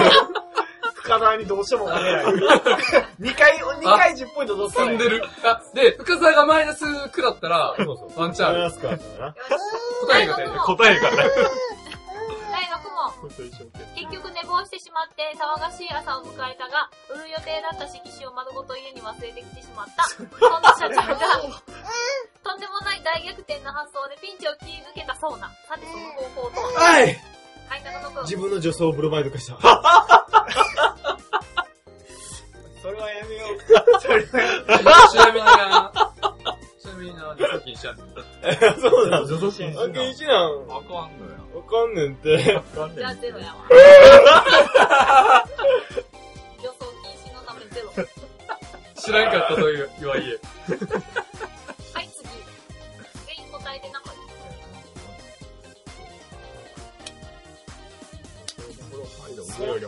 [SPEAKER 4] 深澤にどうしても 勝てない。2回、2回10ポイント取った
[SPEAKER 2] 進ん
[SPEAKER 4] ね
[SPEAKER 2] でる。あ、で、深澤がマイナスくだったら、
[SPEAKER 1] そうそう。
[SPEAKER 2] ワンチャ
[SPEAKER 1] マイ
[SPEAKER 2] ンある。
[SPEAKER 1] ナスか。な
[SPEAKER 6] よし。
[SPEAKER 2] 答えが出る。
[SPEAKER 7] 答えが ない。
[SPEAKER 6] 大学も、結局寝坊してしまって騒がしい朝を迎えたが、売る予定だった色紙を丸ごと家に忘れてきてしまった。そんな社長が、とんでもない大逆転の発想でピンチを切り抜けたそうな。さてその方法とは、
[SPEAKER 1] はい
[SPEAKER 6] 開拓の
[SPEAKER 1] 自
[SPEAKER 6] 君、
[SPEAKER 1] 分の女装をブロマイド化した。
[SPEAKER 4] それはやめよう。
[SPEAKER 2] ちなみにな、ちなみにな、さっきしたんです
[SPEAKER 1] そうだ。
[SPEAKER 7] 女子
[SPEAKER 1] あけ一なん。わ
[SPEAKER 7] あかんのよ。
[SPEAKER 1] かんねん って。
[SPEAKER 6] じゃあゼロやわ。予想禁止のためゼロ。
[SPEAKER 2] 知らんかったという、言わいえ。
[SPEAKER 6] はい、次。全員答えてなかった。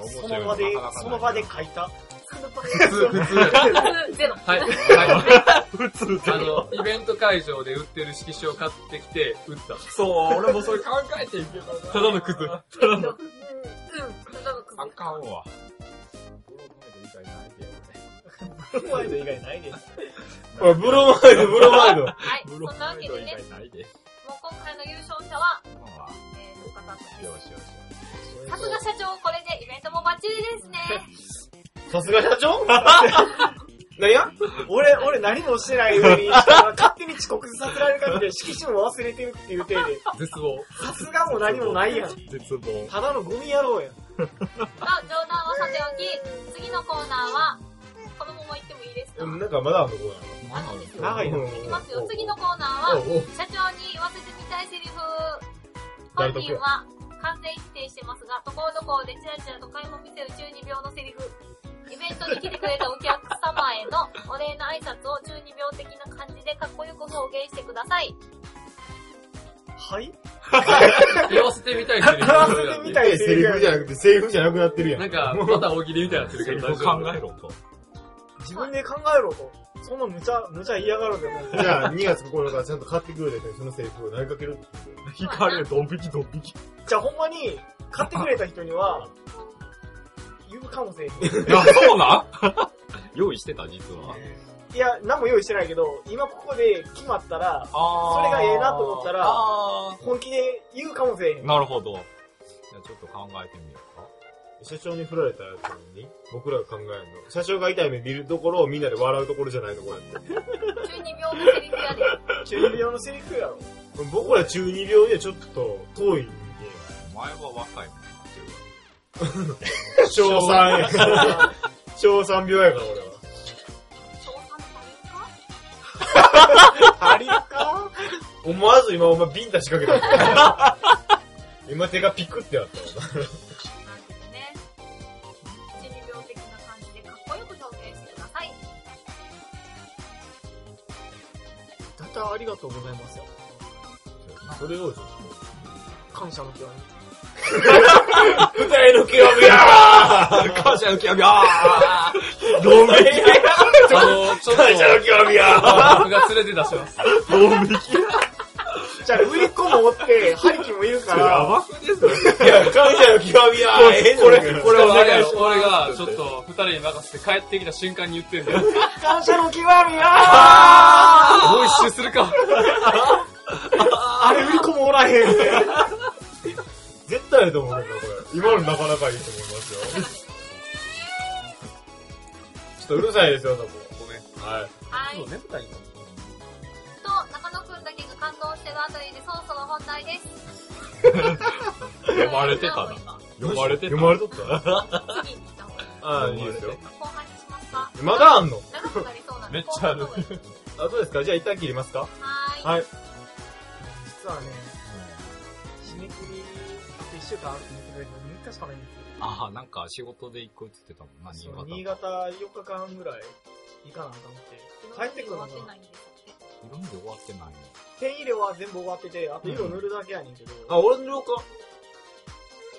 [SPEAKER 4] その場で、その場で書いた。
[SPEAKER 6] その場
[SPEAKER 2] 普通、普通。
[SPEAKER 6] 合ゼロ。
[SPEAKER 2] はい。はい。
[SPEAKER 7] 普通
[SPEAKER 2] あの、イベント会場で売ってる色紙を買ってきて、売った。
[SPEAKER 7] そう、俺もそれ考えていけばただのクズ。た
[SPEAKER 6] う
[SPEAKER 7] だの。
[SPEAKER 6] ん、うん、ただのクズ
[SPEAKER 7] あかんわ。
[SPEAKER 4] ブロマイド以外ないね。
[SPEAKER 1] ほらブロマイド、ブロマイド。
[SPEAKER 6] はい、そんなわけでね、
[SPEAKER 7] ないで。
[SPEAKER 6] もう今回の優勝者は、
[SPEAKER 7] まあ
[SPEAKER 6] えー、深田さんです
[SPEAKER 7] よ。しよし。
[SPEAKER 6] さすが社長、これでイベントもバッチリです ね。
[SPEAKER 1] さすが社長 何が
[SPEAKER 4] 俺、俺何もしてない上に、 勝手に遅刻させられるかみたいな、色紙も忘れてるっていう 体で、
[SPEAKER 2] 絶望。
[SPEAKER 4] さすがも何もないやん。
[SPEAKER 7] 絶望。
[SPEAKER 4] ただのゴミ野郎やん。
[SPEAKER 6] と、冗談はさておき、次のコーナーは、このまま行ってもいいですか
[SPEAKER 1] うんなんかまだあるのこ
[SPEAKER 6] あのですよ。
[SPEAKER 4] 長いの。
[SPEAKER 6] いきますよ。次のコーナーは、社長に言わせてみたいセリフ。本人は完全否定してますが、ところどころでチラチラと買いも見せる中二病のセリフ。イベントに来てくれたお客様へのお礼の挨拶を中二病的な感じでかっこよく表現してくだ さい。
[SPEAKER 4] はい
[SPEAKER 2] 言わせてみたいセリフ。
[SPEAKER 4] 言わせてみたい
[SPEAKER 1] セリフじゃなくて、セリフじゃなくなってるやん。
[SPEAKER 2] なんか、また大喜利みたいになってるけど大丈夫。
[SPEAKER 7] 考えろと。
[SPEAKER 4] 自分で考えろと。そんな無茶、無茶嫌がるんだよ。
[SPEAKER 1] じゃあ、2月9日からちゃんと買ってくれた人にそのセリフを投げかける。
[SPEAKER 7] 引かれる、ドン引きドン引き。
[SPEAKER 4] じゃあほんまに、買ってくれた人には、言うかもしれへん。
[SPEAKER 7] あ、そうなん用意してた、実は。
[SPEAKER 4] いや、何も用意してないけど、今ここで決まったら、
[SPEAKER 7] あ
[SPEAKER 4] それがええなと思ったら
[SPEAKER 7] あ
[SPEAKER 4] 本気で言うかもしれへ
[SPEAKER 7] ー
[SPEAKER 4] ん。
[SPEAKER 7] なるほど。じゃあちょっと考えてみようか。
[SPEAKER 1] 社長に振られたやつなのに、僕らが考えるの。社長が痛い目見るところをみんなで笑うところじゃないの、これ。
[SPEAKER 6] 中二病のセリフやで。
[SPEAKER 4] 中二病のセリフやろ。
[SPEAKER 1] 僕ら中二病にはちょっと遠いんで。
[SPEAKER 7] お前は若いもんなってい う
[SPEAKER 1] 小3やから。小3病やから、俺は。
[SPEAKER 6] 賞賛のためですか
[SPEAKER 4] ありか
[SPEAKER 1] 思わず今お前ビンタ仕掛けたもん。今手がピクってやったもんな。
[SPEAKER 6] なんですね。中二病的な感じでかっこよく表現してください。
[SPEAKER 4] だったらありがとうございますよ。
[SPEAKER 1] それをちょっ
[SPEAKER 4] 感謝の気はね。
[SPEAKER 1] と。二重の極みや
[SPEAKER 7] 感謝の極み、あードン引き、
[SPEAKER 2] あの、ちょっと、
[SPEAKER 1] の極みや
[SPEAKER 2] 僕が連れて出します。
[SPEAKER 7] ドン引き。
[SPEAKER 4] じゃあ、売り子もおって、ハリキもいるから、
[SPEAKER 7] やばくねえそれ
[SPEAKER 1] いや、感謝の極みや
[SPEAKER 7] これこ
[SPEAKER 2] こ
[SPEAKER 7] れ
[SPEAKER 2] れ
[SPEAKER 7] お
[SPEAKER 2] を
[SPEAKER 7] 願い
[SPEAKER 2] 俺
[SPEAKER 7] し
[SPEAKER 2] が、俺が、ちょっと、二人に任せて帰ってきた瞬間に言ってんだよ。
[SPEAKER 4] 感謝の極みや
[SPEAKER 2] もう一周するか。
[SPEAKER 4] あれ、売り子もおらへん。
[SPEAKER 1] 絶対あると思うんだよ、これ。今のなかなかいいと思いますよ。ちょっとうるさいですよ、多分。ごめん。はい。
[SPEAKER 6] はい。
[SPEAKER 2] ねぶたに。
[SPEAKER 6] と、中野くんだけが感動してるあたりでそろそろ本題です。
[SPEAKER 7] 読まれてたな。読まれてた。
[SPEAKER 1] 読まれとった
[SPEAKER 6] 次に行った方がいい。
[SPEAKER 1] ああ、いいですよ。
[SPEAKER 6] 後半にしますか
[SPEAKER 1] まだあんの
[SPEAKER 6] 長くなりそうなんで。
[SPEAKER 7] めっちゃある
[SPEAKER 6] 後半の方がいい
[SPEAKER 1] あ、そうですかじゃあ一旦切りますか
[SPEAKER 6] はーい。
[SPEAKER 1] はい。
[SPEAKER 4] 実はね、締め切り、あと1週間あると思ってくれるの3日しかないんですよ。
[SPEAKER 7] ああ、なんか仕事で行くって言ってたもんな、新
[SPEAKER 4] そう
[SPEAKER 7] 潟。
[SPEAKER 4] 新潟4日間ぐらい行かなあかんって。帰ってくるのが、
[SPEAKER 6] 終わってないんですって
[SPEAKER 7] 色んで終わってないね。
[SPEAKER 4] ペン入れは全部終わってて、あと色塗るだけやねんけど、
[SPEAKER 1] あ、俺の了か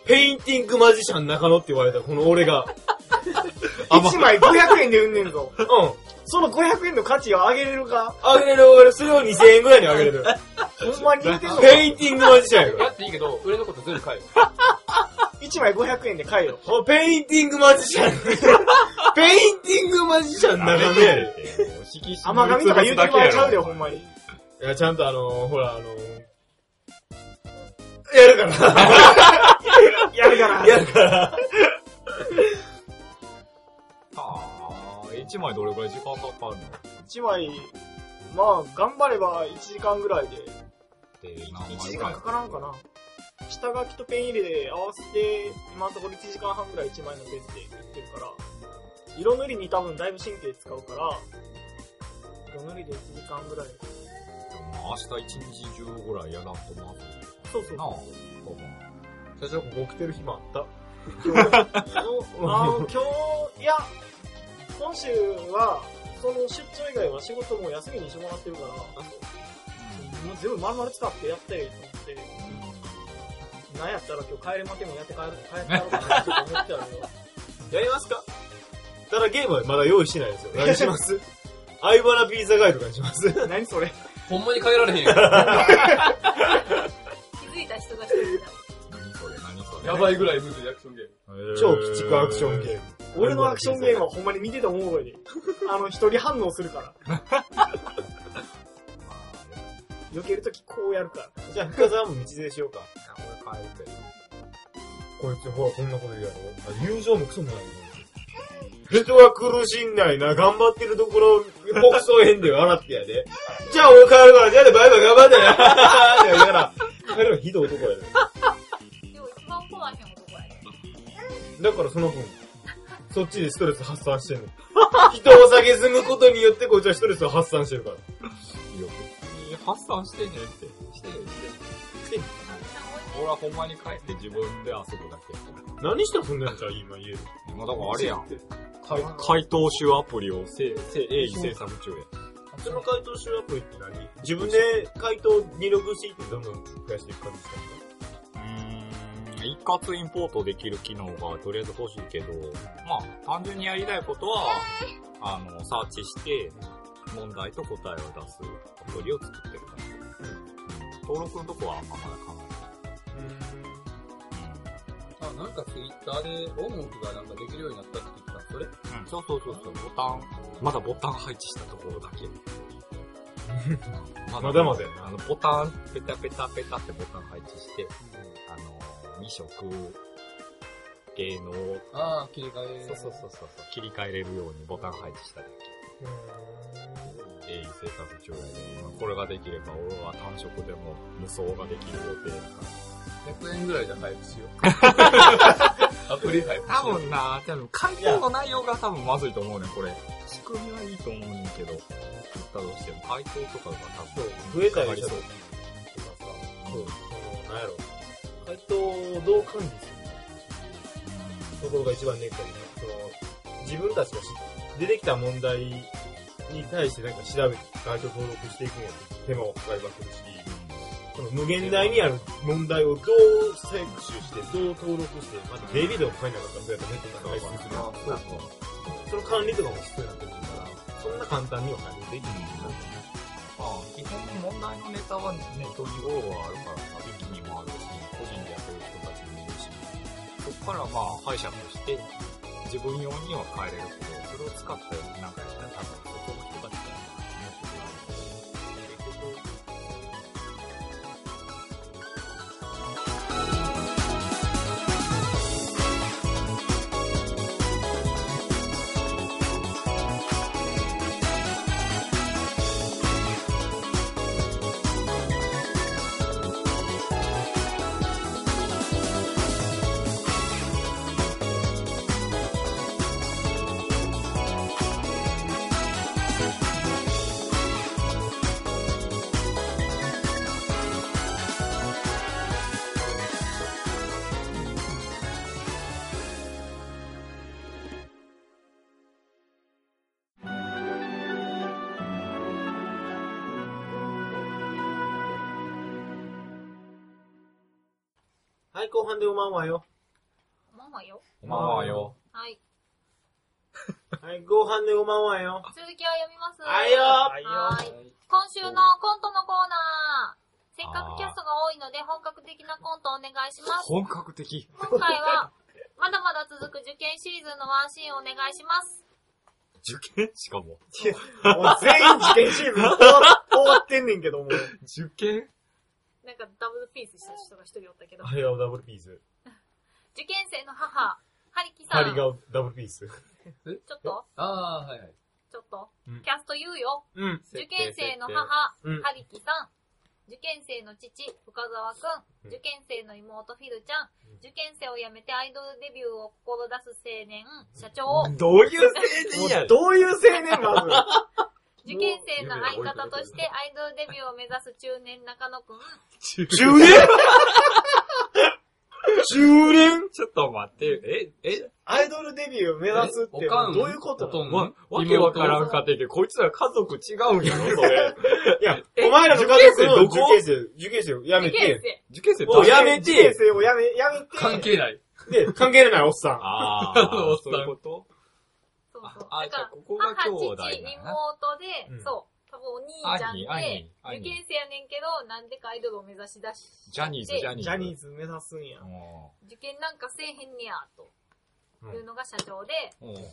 [SPEAKER 1] ペインティングマジシャン中野って言われた、この俺が。
[SPEAKER 4] 1枚500円で売んねんぞ。
[SPEAKER 1] うん。
[SPEAKER 4] その500円の価値を上げれるか
[SPEAKER 1] あげれる、俺、それを2000円ぐらいにあげれる。
[SPEAKER 4] ほんまに言ってんのか
[SPEAKER 1] ペインティングマジシャンやか
[SPEAKER 2] やっていいけど、俺のこと全部書いて。
[SPEAKER 4] ?1 枚500円で買えよ。
[SPEAKER 1] ら。あペインティングマジシャン。ペインティングマジシャン中野やで。
[SPEAKER 7] 色紙
[SPEAKER 4] 甘髪とか言うてもらっちゃうで、ほんまに。
[SPEAKER 1] いや、ちゃんとあのー、ほら、あのー、やるから。
[SPEAKER 4] やるから。
[SPEAKER 1] やるから。
[SPEAKER 7] ああ、一枚どれくらい時間かかるのっ
[SPEAKER 4] 1枚、まあ、頑張れば1時間ぐらいで、
[SPEAKER 7] て、
[SPEAKER 4] 1時間かからんかな。下書きとペン入れで合わせて、今のところ1時間半ぐらい1枚のページで言ってるから、色塗りに多分だいぶ神経使うから、色塗りで1時間ぐらい。
[SPEAKER 7] 明日一日中ぐらいやらんとまずい
[SPEAKER 4] そうそう
[SPEAKER 7] な
[SPEAKER 4] そう。
[SPEAKER 1] 社
[SPEAKER 7] 多分
[SPEAKER 1] 長、ここ来てる暇あった
[SPEAKER 4] あの、今日、いや、今週は、その出張以外は仕事も休みにしてもらってるから、もう全部丸々使ってやったりと思って、なんやったら今日帰り負けもやって帰る、帰ったろうかなって思ってたのよ。
[SPEAKER 1] やりますかただゲームはまだ用意してないですよ。何し ます相原ピーザガイドにします。
[SPEAKER 4] 何それ
[SPEAKER 2] ほんまに変えられへんや
[SPEAKER 6] 気づいた人が一人いた。
[SPEAKER 7] 何それ何そ
[SPEAKER 2] ん。
[SPEAKER 7] れ
[SPEAKER 2] やばいぐらいむずいアクションゲーム。
[SPEAKER 1] 超鬼畜アクションゲーム。
[SPEAKER 4] 俺のアクションゲームはほんまに見てて思う よね。あの、一人反応するから。避けるときこうやるから。
[SPEAKER 1] じゃあ、深澤も道連れしようか。
[SPEAKER 7] 俺帰るけど
[SPEAKER 1] こいつ、ほら、こんなこと言うやろ。あ友情もクソもない。人が苦しんないな、頑張ってるところ、北総編で笑ってやで。じゃあ俺帰るから、じゃあね、バイバイ頑張ってね。って言いながら、彼らひどい男やで。
[SPEAKER 6] でも一番怖いのもどこやね
[SPEAKER 1] だからその分、そっちでストレス発散してんの。人を蔑むことによってこいつはストレスを発散してるから。
[SPEAKER 7] いや、別に発散してねって。してねして。して俺はほんまに帰って自分で遊ぶだけ。
[SPEAKER 1] 何して遊んでんじゃん、今家で。
[SPEAKER 7] 今だからあれやん。回回答集アプリをせせ鋭意制作中や。
[SPEAKER 1] その回答集アプリって何自分で回答入力していってどんどん増やしていく感じですか
[SPEAKER 7] うーん一括インポートできる機能がとりあえず欲しいけど、まあ、単純にやりたいことは、あの、サーチして、問題と答えを出すアプリを作ってる感じ。うん登録のとこはあんままだ考
[SPEAKER 2] あ、なんかツイッターで、ロモンクがなんかできるようになったって言ってた。それ
[SPEAKER 7] えない。うん、そうそうそうそう、ボタン、まだボタン配置したところだけ。
[SPEAKER 1] まだまだやな
[SPEAKER 7] あの、ボタン、ペタペタペタってボタン配置して、あの、未食、芸能、
[SPEAKER 2] ああ、切り替え。
[SPEAKER 7] そうそうそうそう、切り替えれるようにボタン配置したり。営利生活中やで、これができれば俺は単色でも無双ができる予定や
[SPEAKER 2] 100円ぐらいじゃ配布しよう。アプリ配布し
[SPEAKER 7] から。多
[SPEAKER 2] よう。
[SPEAKER 7] 分な、多分回答の内容が多分まずいと思うねん、これ。仕組みはいいと思うねんけど、作ったとしても回答とかが多分
[SPEAKER 1] 増えたり
[SPEAKER 7] り
[SPEAKER 1] した
[SPEAKER 7] そう
[SPEAKER 1] と。そう、その、なんやろ。回答をどう管理するところが一番ネックだけど、その、自分たちが知出てきた問題に対してなんか調べて、回答登録していくのって手間をかかりまくるし、その無限大にある問題をどう摂取して、どう登録して、またデイビードも書いなかったらそうやってネットに流していくの
[SPEAKER 7] そう
[SPEAKER 1] その管理とかも必要になってくるから、そんな簡単には管理できない。
[SPEAKER 7] まあ、基本問題のネタはネットにゴロがあるからさ、一気に回るし、個人でやってる人たちもいるし、そこからまあ、敗者として、自分用には変えれるけど、それを使ってなんかやったら多分、そこの人たちがやってくれる。
[SPEAKER 6] は
[SPEAKER 1] はい、後半でおまんわよ。
[SPEAKER 6] ママよ。
[SPEAKER 7] まあまあよ。
[SPEAKER 6] はい。
[SPEAKER 1] はい、後半でおまんわよ。
[SPEAKER 6] 続きを読みます。
[SPEAKER 1] はいよ
[SPEAKER 4] はいよ。
[SPEAKER 6] はい。今週のコントのコーナー。せっかくキャストが多いので本格的なコントお願いします。
[SPEAKER 5] 本格的。
[SPEAKER 6] 今回は、まだまだ続く受験シーズンのワンシーンお願いします。
[SPEAKER 7] 受験 しかも。
[SPEAKER 4] もう全員受験シーズン終わ終わってんねんけども。
[SPEAKER 5] 受験
[SPEAKER 6] なんかダブルピースした人が一人おったけど。
[SPEAKER 1] ハリガオダブルピース。
[SPEAKER 6] 受験生の母、ハリキさ
[SPEAKER 1] ハ
[SPEAKER 6] ん。
[SPEAKER 1] リ
[SPEAKER 6] ちょ
[SPEAKER 1] ガオダブルピース。
[SPEAKER 6] っと
[SPEAKER 2] ああ、はいはい。
[SPEAKER 6] ちょっと、
[SPEAKER 1] うん
[SPEAKER 6] キャスト言うよ。
[SPEAKER 1] うん。
[SPEAKER 6] 受験生の母、
[SPEAKER 1] うん
[SPEAKER 6] はりきさん。受験生の父、深澤く
[SPEAKER 1] うん
[SPEAKER 6] ん。受験生の妹、フィルちゃん
[SPEAKER 1] うん。
[SPEAKER 6] 受験生を辞めてアイドルデビューを志す青年、社長。
[SPEAKER 7] どういう
[SPEAKER 4] もうどういう青年ま
[SPEAKER 6] 受験生の相方としてアイドルデビューを目指す中年中野くん。
[SPEAKER 7] 10年 ?10 年ちょっと待って、え、え、
[SPEAKER 4] アイドルデビューを目指すって
[SPEAKER 2] おかん
[SPEAKER 4] どういうことなの
[SPEAKER 2] おとん
[SPEAKER 7] わ、わけわからんかってんけど、こいつら家族違うんやろ、それ。
[SPEAKER 1] いや、お前らの家族の
[SPEAKER 7] 受
[SPEAKER 1] 受
[SPEAKER 7] 験
[SPEAKER 1] 験生、受験生をやめ
[SPEAKER 6] 受験
[SPEAKER 1] て、
[SPEAKER 6] 生。
[SPEAKER 7] 受験生
[SPEAKER 1] おやめ
[SPEAKER 4] 受験
[SPEAKER 1] て、
[SPEAKER 4] 生をやめ、やめて。
[SPEAKER 2] 関係ない。
[SPEAKER 1] で、関係のないおっさん。
[SPEAKER 7] あ
[SPEAKER 2] おっ
[SPEAKER 7] あ、
[SPEAKER 2] さん
[SPEAKER 7] そういうこと
[SPEAKER 6] そうそう。
[SPEAKER 7] ああ
[SPEAKER 6] だから、
[SPEAKER 7] じゃあここが
[SPEAKER 6] 母、
[SPEAKER 7] 兄弟
[SPEAKER 6] 父
[SPEAKER 7] だな、
[SPEAKER 6] 妹で、
[SPEAKER 1] うん
[SPEAKER 6] そう。多分お兄ちゃん
[SPEAKER 7] 兄、
[SPEAKER 6] で、
[SPEAKER 7] 兄、
[SPEAKER 6] 受
[SPEAKER 7] 兄。
[SPEAKER 6] 験生やねんけど、なんでかアイドルを目指しだし。
[SPEAKER 7] ジャニーズ、ジャニーズ。
[SPEAKER 4] ジャニーズ目指すんや。
[SPEAKER 6] 受験なんかせえへんねや、というのが社長で、
[SPEAKER 7] うん。うん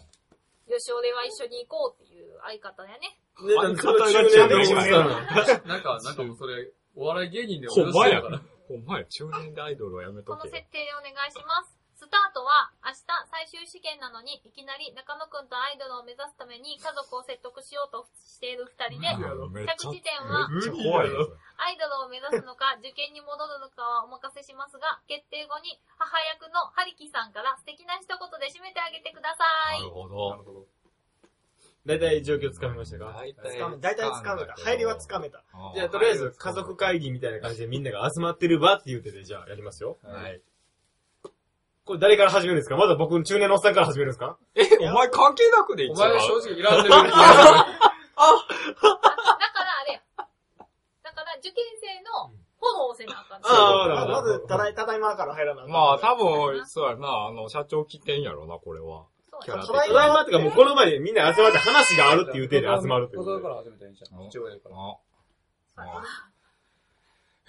[SPEAKER 6] よし、俺は一緒に行こうっていう相方やね。
[SPEAKER 1] で、
[SPEAKER 7] 相
[SPEAKER 1] 中
[SPEAKER 7] 方が
[SPEAKER 1] 年のおっさんなの。
[SPEAKER 2] なんか、なんかもうそれ、お笑い芸人で
[SPEAKER 7] ほんまや
[SPEAKER 2] から。
[SPEAKER 7] ほんまや、中年でアイドルはやめと
[SPEAKER 6] この設
[SPEAKER 7] け。
[SPEAKER 6] 定でお願いします。スタートは明日最終試験なのに、いきなり中野くんとアイドルを目指すために家族を説得しようとしている二人で、
[SPEAKER 7] うんめっちゃ
[SPEAKER 6] 着地点は
[SPEAKER 7] めっちゃ怖いなそれ
[SPEAKER 6] アイドルを目指すのか、受験に戻るのかはお任せしますが、決定後に母役のハリキさんから素敵な一言で締めてあげてくださ
[SPEAKER 7] ないる。ほど。
[SPEAKER 1] だいたい状況つかみましたか
[SPEAKER 4] つかめ大体つかめた。入りはつかめた。
[SPEAKER 1] じゃあ、とりあえず、家族会議みたいな感じでみんなが集まってる場って言うてて、じゃあ、やりますよ。
[SPEAKER 7] はい。
[SPEAKER 1] これ誰から始めるんですかまだ僕の中年のおっさんから始めるんですか
[SPEAKER 7] え、お前関係なくで
[SPEAKER 2] お
[SPEAKER 7] 一
[SPEAKER 2] 前
[SPEAKER 7] 番
[SPEAKER 2] は正直いらんでる。
[SPEAKER 6] だからあれや。だから受験生のフォローをせなあかんね。
[SPEAKER 1] ああ、な
[SPEAKER 4] ま
[SPEAKER 1] る
[SPEAKER 4] ま
[SPEAKER 1] ほど
[SPEAKER 4] ず、ただい、ただいまから入らな
[SPEAKER 7] まあ、
[SPEAKER 4] た
[SPEAKER 7] 多分、そうやな、あの、社長来てんやろな、これは。
[SPEAKER 6] そう
[SPEAKER 7] キャ
[SPEAKER 6] や
[SPEAKER 7] ラ
[SPEAKER 4] ただ
[SPEAKER 1] た
[SPEAKER 4] い
[SPEAKER 1] だい
[SPEAKER 4] ま
[SPEAKER 1] まってか、もうこの前でみんな集まって話があるっていう手で集まるってこ
[SPEAKER 5] ここ
[SPEAKER 1] とで
[SPEAKER 5] から始めたらいいじゃん。一応やるから。
[SPEAKER 7] ああ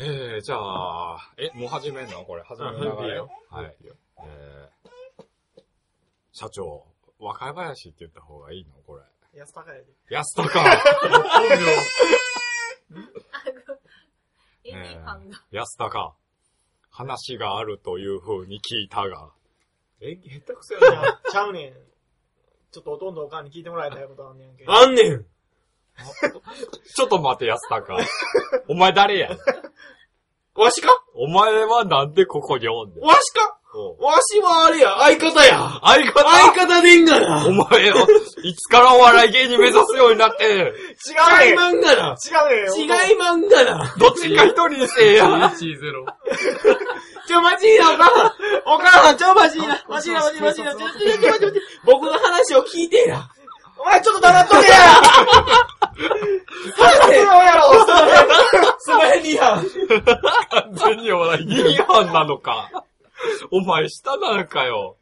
[SPEAKER 7] えー、じゃあ、え、もう始めんのこれ、始める流れよ。はい。えー、社長、若林って言った方がいいのこれ。
[SPEAKER 4] 安高やで。
[SPEAKER 7] 安高 本名
[SPEAKER 6] エミファンが。
[SPEAKER 7] 安高。話があるという風に聞いたが。
[SPEAKER 1] え、下手くそや
[SPEAKER 4] い
[SPEAKER 1] な。
[SPEAKER 4] やちゃうねん。ちょっとほとんどおかんに聞いてもらいたいことあんねんけど。
[SPEAKER 1] あんねん
[SPEAKER 7] ちょっと待て、安 高。お前誰や
[SPEAKER 1] わしか
[SPEAKER 7] お前はなんでここにおんねん。
[SPEAKER 1] わしか
[SPEAKER 7] おう
[SPEAKER 1] わしはあれや、相方や
[SPEAKER 7] 相方
[SPEAKER 1] 相方でんがな
[SPEAKER 7] お前を、いつからお笑い芸人目指すようになって、
[SPEAKER 1] 違
[SPEAKER 4] 違
[SPEAKER 1] いう
[SPEAKER 4] ねん
[SPEAKER 1] まんがな
[SPEAKER 4] 違うねん
[SPEAKER 1] 違いまんがな
[SPEAKER 7] どっちか一人にせえや。
[SPEAKER 2] 110。
[SPEAKER 1] ちょ、マジいな、お母さんお母さん、ちょ、マジいなマジいな、マジいな、マジいな、ちょ、ちょ、ちょ、ちょ、ちょ、ちょ僕の話を聞いてや
[SPEAKER 4] お前ちょっと黙っとけや話せよやろ
[SPEAKER 1] その辺にや
[SPEAKER 7] 完全にお笑い芸人犯なのか。お前下なのかよ。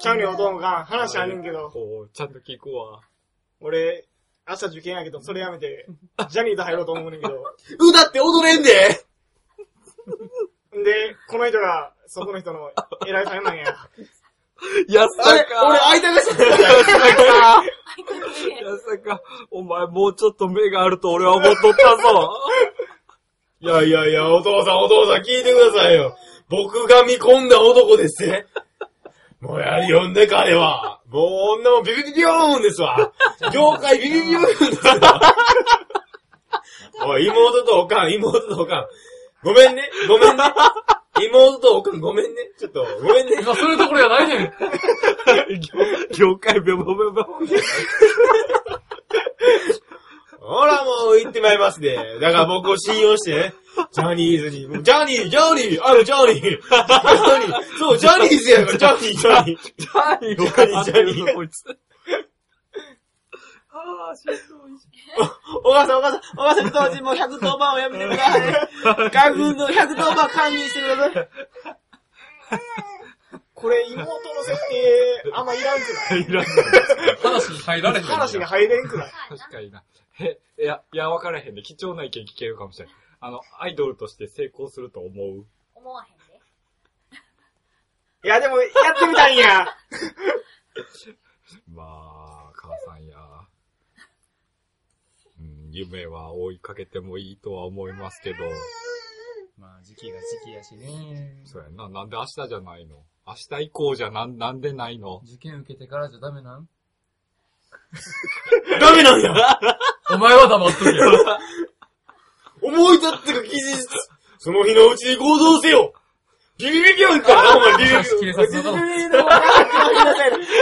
[SPEAKER 4] ちゃうねん、おとんおかん。話あんねんけど。
[SPEAKER 7] こう、ちゃんと聞くわ。
[SPEAKER 4] 俺、朝受験やけど、それやめて、ジャニーズ入ろうと思うねんけど。
[SPEAKER 1] うだって踊れんで
[SPEAKER 4] んで、この人が、そこの人の偉いさんなんや。
[SPEAKER 7] 安
[SPEAKER 1] あれ、
[SPEAKER 7] 坂
[SPEAKER 1] 俺、相手がしてた
[SPEAKER 7] 安坂、お前もうちょっと目があると俺は思っとったぞ。
[SPEAKER 1] いやいやいや、お父さんお父さん聞いてくださいよ。僕が見込んだ男ですぜ。もうやりよんで彼は。もう女もビビビビヨーンですわ。業界ビビビビヨーンですわ。おい、妹とおかん、妹とおかん。ごめんね、ごめんね。妹とおかん、ごめんね。ちょっと、ごめんね。
[SPEAKER 2] 今そういうところじゃないねん。
[SPEAKER 7] 業業界ビョボビョボ。
[SPEAKER 1] ほら、もう行ってまいりますね。だから僕を信用してね。ジャニーズに、ジャニー、ジャニー、あの、ジャニー、ジャニー、そう、ジャニーズやから、ジャニー、ジャニー。
[SPEAKER 7] ジャニー
[SPEAKER 1] 業界にジャニー
[SPEAKER 7] こいつ。ああ、しんどい。
[SPEAKER 1] お母さん、お母さん、お母さん、当時もう110番をやめてください。学軍の110番を管理してください。
[SPEAKER 4] これ妹の設定、あんまいらんくない
[SPEAKER 7] いらん
[SPEAKER 2] 話に入られへん。
[SPEAKER 4] 話が入れんくない
[SPEAKER 6] はい
[SPEAKER 7] 確かにな。え、いや、いや、わからへんね。貴重な意見聞けるかもしれん。あの、アイドルとして成功すると思う
[SPEAKER 6] 思わへんで。
[SPEAKER 4] いや、でも、やってみたんや。
[SPEAKER 7] まあ、母さんや。うん、夢は追いかけてもいいとは思いますけど。
[SPEAKER 5] まあ、時期が時期やしね。
[SPEAKER 7] そうやんな。なんで明日じゃないの明日以降じゃなん、なんでないの
[SPEAKER 5] 受験受けてからじゃダメなん
[SPEAKER 1] ダメなんや
[SPEAKER 2] お前は黙っとけよ。
[SPEAKER 1] 思い立ってか期日、その日のうちに行動せよビビビビョンからな、お前、ビビビ
[SPEAKER 2] 警察の方。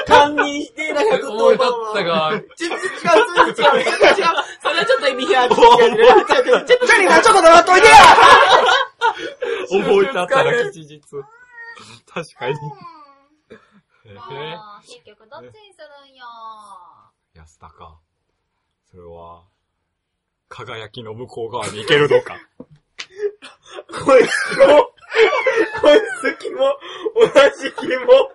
[SPEAKER 4] 堪忍して、なんかずっと
[SPEAKER 2] 思い立ったが、
[SPEAKER 3] ちょっと違う、ちょっと違う、ちょっと違う。それはちょっと意味が違う。
[SPEAKER 4] ちょっと、ちょっと黙っといてや
[SPEAKER 7] 思い立ったら吉日。確か に。えー
[SPEAKER 6] もう、結局どっちにするんよ。
[SPEAKER 7] 安田か。それは、輝きの向こう側に行けるのか。
[SPEAKER 1] こいつも、こいつ気も、同じ気も。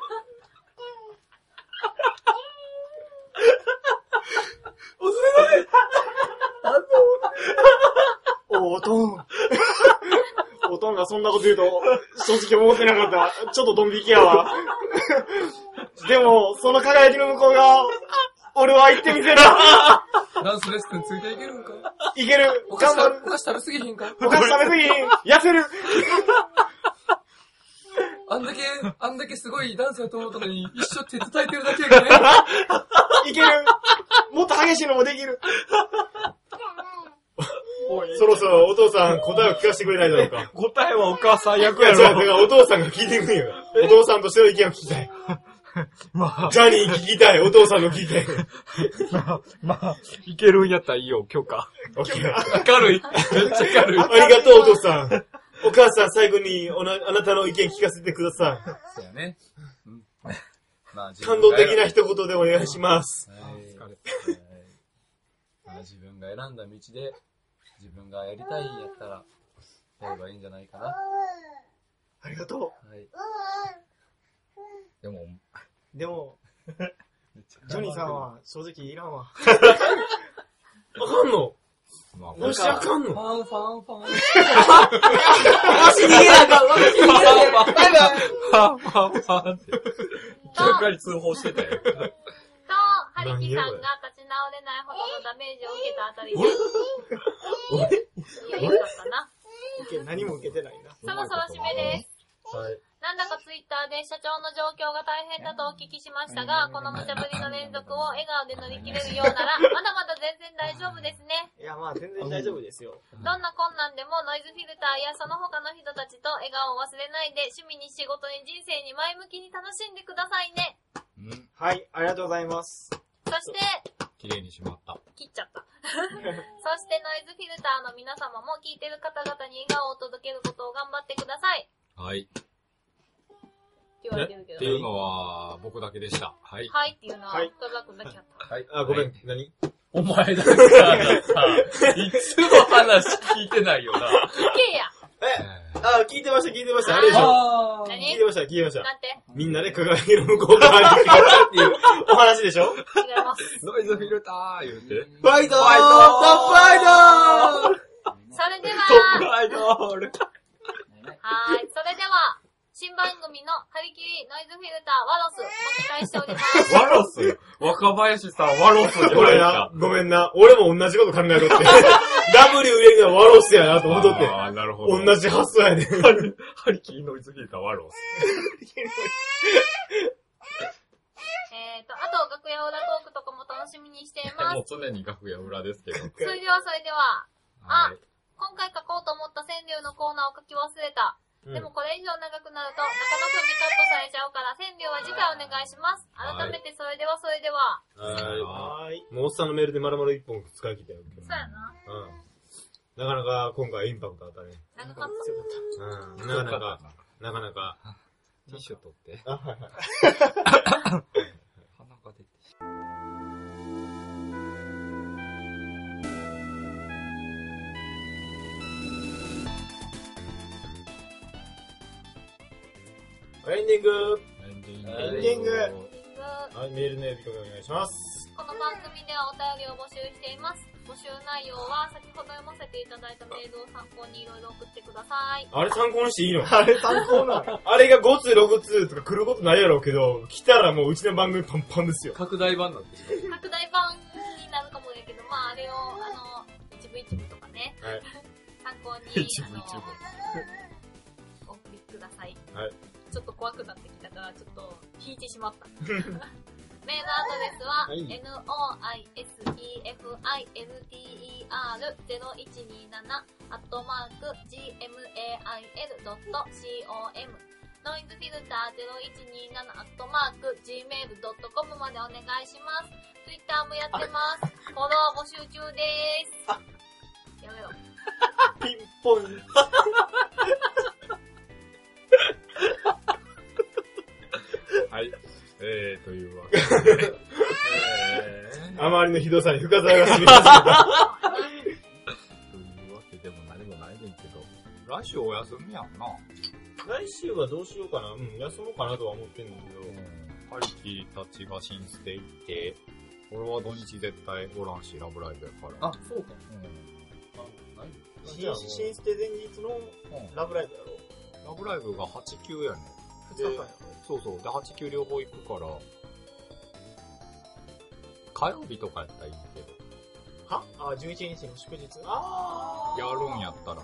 [SPEAKER 4] おとん。おとんがそんなこと言うと、正直思ってなかった。ちょっとドン引きやわ。でも、その輝きの向こうが、俺は行ってみせる。
[SPEAKER 2] ダンスレッスンついていけるんか
[SPEAKER 4] いける。
[SPEAKER 2] お菓
[SPEAKER 4] 頑
[SPEAKER 2] 子
[SPEAKER 4] 張る
[SPEAKER 2] 食べ、。お菓子食べすぎへんか
[SPEAKER 4] お菓子食べ過ぎ、痩せる。
[SPEAKER 2] あんだけ、あんだけすごいダンスやと思ったのに、一生手叩いてるだけやからね。
[SPEAKER 4] いける。もっと激しいのもできる。おい
[SPEAKER 1] そろそろお父さん答えを聞かせてくれないだろうか。
[SPEAKER 7] 答えはお母さん役
[SPEAKER 1] いや、じゃあ、 だからお父さんが聞いてくれよ。お父さんとしての意見を聞きたい。
[SPEAKER 7] まあ、
[SPEAKER 1] ジャニー聞きたい、お父さんの聞きたい。
[SPEAKER 7] まあ、いけるんやったらいいよ、許可。
[SPEAKER 1] オッケー。
[SPEAKER 2] 明るい。めっちゃ明るい。
[SPEAKER 1] ありがとう、お父さん。お母さん、最後におな、あなたの意見聞かせてくださ
[SPEAKER 5] そうやね。うんまあ、
[SPEAKER 1] い。
[SPEAKER 5] 自
[SPEAKER 1] 感
[SPEAKER 5] 分
[SPEAKER 1] 動
[SPEAKER 5] が選
[SPEAKER 1] 的な一言でお願いします。
[SPEAKER 5] はい
[SPEAKER 7] 疲れ
[SPEAKER 5] まあ、自分が選んだ道で、自分がやりたいんやったら、やればいいんじゃないかな。
[SPEAKER 4] ありがと
[SPEAKER 5] はい。でも、
[SPEAKER 4] う。でも、ジョニーさんは正直いらんわ。
[SPEAKER 1] あかんの
[SPEAKER 7] まあ、
[SPEAKER 1] 押しあかん
[SPEAKER 2] フ
[SPEAKER 1] の
[SPEAKER 2] ァンファンファン。
[SPEAKER 3] 私逃げなあかん、私逃げなあかん。バイバイ。
[SPEAKER 7] パンパンパンって、明らかに通報してたよ。
[SPEAKER 6] と、ハリキさんが立ち直れないほどのダメージを受けたあたりで、いや、よかったな。
[SPEAKER 4] 受け何も受けてないな。
[SPEAKER 6] そろそろ締めです。
[SPEAKER 1] はい。
[SPEAKER 6] なんだかツイッターで社長の状況が大変だとお聞きしましたが、この無茶ぶりの連続を笑顔で乗り切れるようなら、まだまだ全然大丈夫ですね。
[SPEAKER 4] いや、まあ全然大丈夫ですよ。
[SPEAKER 6] どんな困難でもノイズフィルターやその他の人たちと笑顔を忘れないで、趣味に仕事に人生に前向きに楽しんでくださいね。
[SPEAKER 7] うん、
[SPEAKER 4] はい、ありがとうございます。
[SPEAKER 6] そして、
[SPEAKER 7] 綺麗にしまった。
[SPEAKER 6] 切っちゃった。 そしてノイズフィルターの皆様も聞いてる方々に笑顔を届けることを頑張ってください。
[SPEAKER 7] はい。っ
[SPEAKER 6] って言われてるけ
[SPEAKER 7] て
[SPEAKER 6] ど。
[SPEAKER 7] いうのは、僕だけでした。はい。
[SPEAKER 6] はいっていうのは、
[SPEAKER 4] はい
[SPEAKER 6] 深澤くんだけやった。
[SPEAKER 1] あ、ごめん、何
[SPEAKER 2] お前だからさ、いつも話聞いてないよな。
[SPEAKER 6] いけや
[SPEAKER 1] え、
[SPEAKER 7] え
[SPEAKER 1] あ、聞いてました、聞いてました。あれでしょ
[SPEAKER 2] あー
[SPEAKER 1] 聞い
[SPEAKER 6] 何
[SPEAKER 1] てました、聞いてました。
[SPEAKER 6] なんて
[SPEAKER 1] みんなで輝きの向こう側に行ってくださいっていうお話でし ょ
[SPEAKER 6] 違います。
[SPEAKER 7] ーノイズフィルター言うて。
[SPEAKER 1] ファイトーファイト
[SPEAKER 6] それでは、
[SPEAKER 7] ライドル
[SPEAKER 6] はーい、それでは、新番組の張り切りノイズフィルターワロスも期待しており ます。
[SPEAKER 7] ワロス若林さん、ワロスじゃ
[SPEAKER 1] ーご
[SPEAKER 7] ない
[SPEAKER 1] めん
[SPEAKER 7] です
[SPEAKER 1] な
[SPEAKER 7] か。、
[SPEAKER 1] ごめんな。俺も同じこと考えとって。W 入れるのはワロスやなと思っとって。
[SPEAKER 7] あーなるほど。
[SPEAKER 1] 同。じ発想やね。
[SPEAKER 7] ハリハリキーノイズフィルター、ワロス。
[SPEAKER 6] えーと、あと楽屋裏トークとかも楽しみにしていま
[SPEAKER 7] も
[SPEAKER 6] す
[SPEAKER 7] う。常に楽屋裏ですけど。
[SPEAKER 6] それではそれでは、
[SPEAKER 7] はい。
[SPEAKER 6] 今回書こうと思った川柳のコーナーを書き忘れた。
[SPEAKER 1] うん
[SPEAKER 6] でもこれ以上長くなると、中野くんにカットされちゃうから、川柳は次回お願いします。改
[SPEAKER 7] はい
[SPEAKER 6] めてそれではそれでは。
[SPEAKER 1] は
[SPEAKER 4] はーい。
[SPEAKER 1] い。もうおっさんのメールで丸々一本使い切ったよ。
[SPEAKER 6] そうやな。
[SPEAKER 1] うん。なかなか今回インパクトあったね。
[SPEAKER 6] 長かっ
[SPEAKER 1] うん。
[SPEAKER 4] 強かっ
[SPEAKER 1] なかなか、なかなか。
[SPEAKER 7] ティッシュ取って。
[SPEAKER 1] あ、はいはい。
[SPEAKER 7] 鼻が出て。
[SPEAKER 1] はエンディング
[SPEAKER 5] エンディン
[SPEAKER 4] エンディング
[SPEAKER 1] はい、メールのやり方お願いします。
[SPEAKER 6] この番組ではお便りを募集しています。募集内容は先ほど読ませていただいたメールを参考にいろいろ送ってください。
[SPEAKER 1] あれ参考にしていいの
[SPEAKER 4] あれ参考 なの
[SPEAKER 1] あれが5通、6通とか来ることないやろうけど、来たらもううちの番組パンパンですよ。
[SPEAKER 2] 拡大版なんですよ。
[SPEAKER 6] 拡大版になるかもやけど、まああれを、あの、一部一部とかね、
[SPEAKER 1] はい
[SPEAKER 6] 参考 に、
[SPEAKER 5] 一部
[SPEAKER 6] あの
[SPEAKER 5] 一部
[SPEAKER 6] お送りください。
[SPEAKER 1] はい
[SPEAKER 6] ちょっと怖くなってきたから、ちょっと引いてし まった。メールアドレスは、
[SPEAKER 1] はい
[SPEAKER 6] noisefintr0127 アットマーク gmail.com ノイズフィルター0127アットマーク gmail.com までお願いします。ツイッターもやってます。フォロー募集中です。やめろ。
[SPEAKER 1] ピンポン。
[SPEAKER 7] はい。えー、というわけで。えー、
[SPEAKER 1] あまりのひどさに深沢が染みました。
[SPEAKER 7] というわけでも何もないねんけど、来週お休みやんな。
[SPEAKER 1] 来週はどうしようかな。うん、休もうかなとは思ってんだけど。
[SPEAKER 7] ハリキたちが新ステ行って、俺は土日絶対おらんし、ラブライブやから。
[SPEAKER 5] あ、そうか。あ、ない
[SPEAKER 1] じゃあもう
[SPEAKER 4] 新新ステ前日の
[SPEAKER 7] うん
[SPEAKER 4] ラブライブやろ
[SPEAKER 7] ラブライブが8、9やねん。
[SPEAKER 4] 二日間や
[SPEAKER 7] そうそう。で、8、9両方行くから、火曜日とかやったらいいけど、
[SPEAKER 4] はあ、11日の祝日。あ
[SPEAKER 7] やるんやったらな。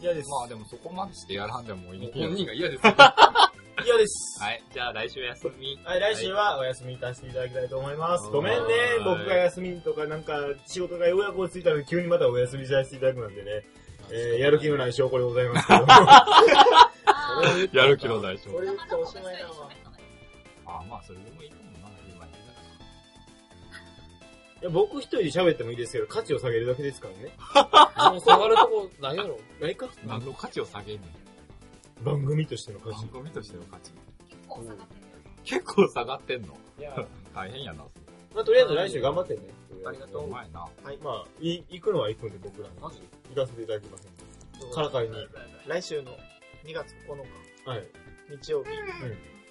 [SPEAKER 1] 嫌です。
[SPEAKER 7] まあでもそこまでしてやらんでもい
[SPEAKER 2] も
[SPEAKER 7] いうけど
[SPEAKER 2] 本。人が嫌ですよ。は
[SPEAKER 1] 嫌です。
[SPEAKER 7] はい、じゃあ来週休み。
[SPEAKER 1] はい、来週はお休みさせていただきたいと思います。
[SPEAKER 7] はい
[SPEAKER 1] ごめんね
[SPEAKER 7] は、い
[SPEAKER 1] 僕が休みとか、なんか、仕事がようやく落ち着いたので、急にまたお休みさせていただくなんてね、えー、やる気のない証拠でございますけど。
[SPEAKER 6] あー
[SPEAKER 7] やる気の大将
[SPEAKER 4] ー。これ言っ
[SPEAKER 6] ま
[SPEAKER 4] て
[SPEAKER 6] だ
[SPEAKER 4] お
[SPEAKER 6] 僕
[SPEAKER 4] し
[SPEAKER 6] 一人
[SPEAKER 4] まい
[SPEAKER 6] で
[SPEAKER 4] だわ。
[SPEAKER 6] 喋ったのに
[SPEAKER 7] あ、まあそれでもいいかもな、今言ったら。
[SPEAKER 1] いや僕一人で喋ってもいいですけど、価値を下げるだけですからね。
[SPEAKER 2] もう下がるとこないやろ。
[SPEAKER 1] 何か
[SPEAKER 7] 何の価値を下げんね
[SPEAKER 1] 番組としての価
[SPEAKER 7] ん。
[SPEAKER 1] 値
[SPEAKER 7] 番。組としての価値。
[SPEAKER 6] 結構下がってる。
[SPEAKER 7] 結構下がってんの。
[SPEAKER 4] いや、
[SPEAKER 7] 大変やな。
[SPEAKER 1] まあ、とりあえず来週頑張ってね。
[SPEAKER 5] ありがと
[SPEAKER 7] お
[SPEAKER 5] う。
[SPEAKER 7] 前な。
[SPEAKER 1] はい。まあ、い、行くのは行くんで、僕らも。
[SPEAKER 5] マジ
[SPEAKER 1] 行かせていただきませんで。からかいに。
[SPEAKER 4] 来週の2月9日。
[SPEAKER 1] はい。
[SPEAKER 4] 日曜日、
[SPEAKER 1] ん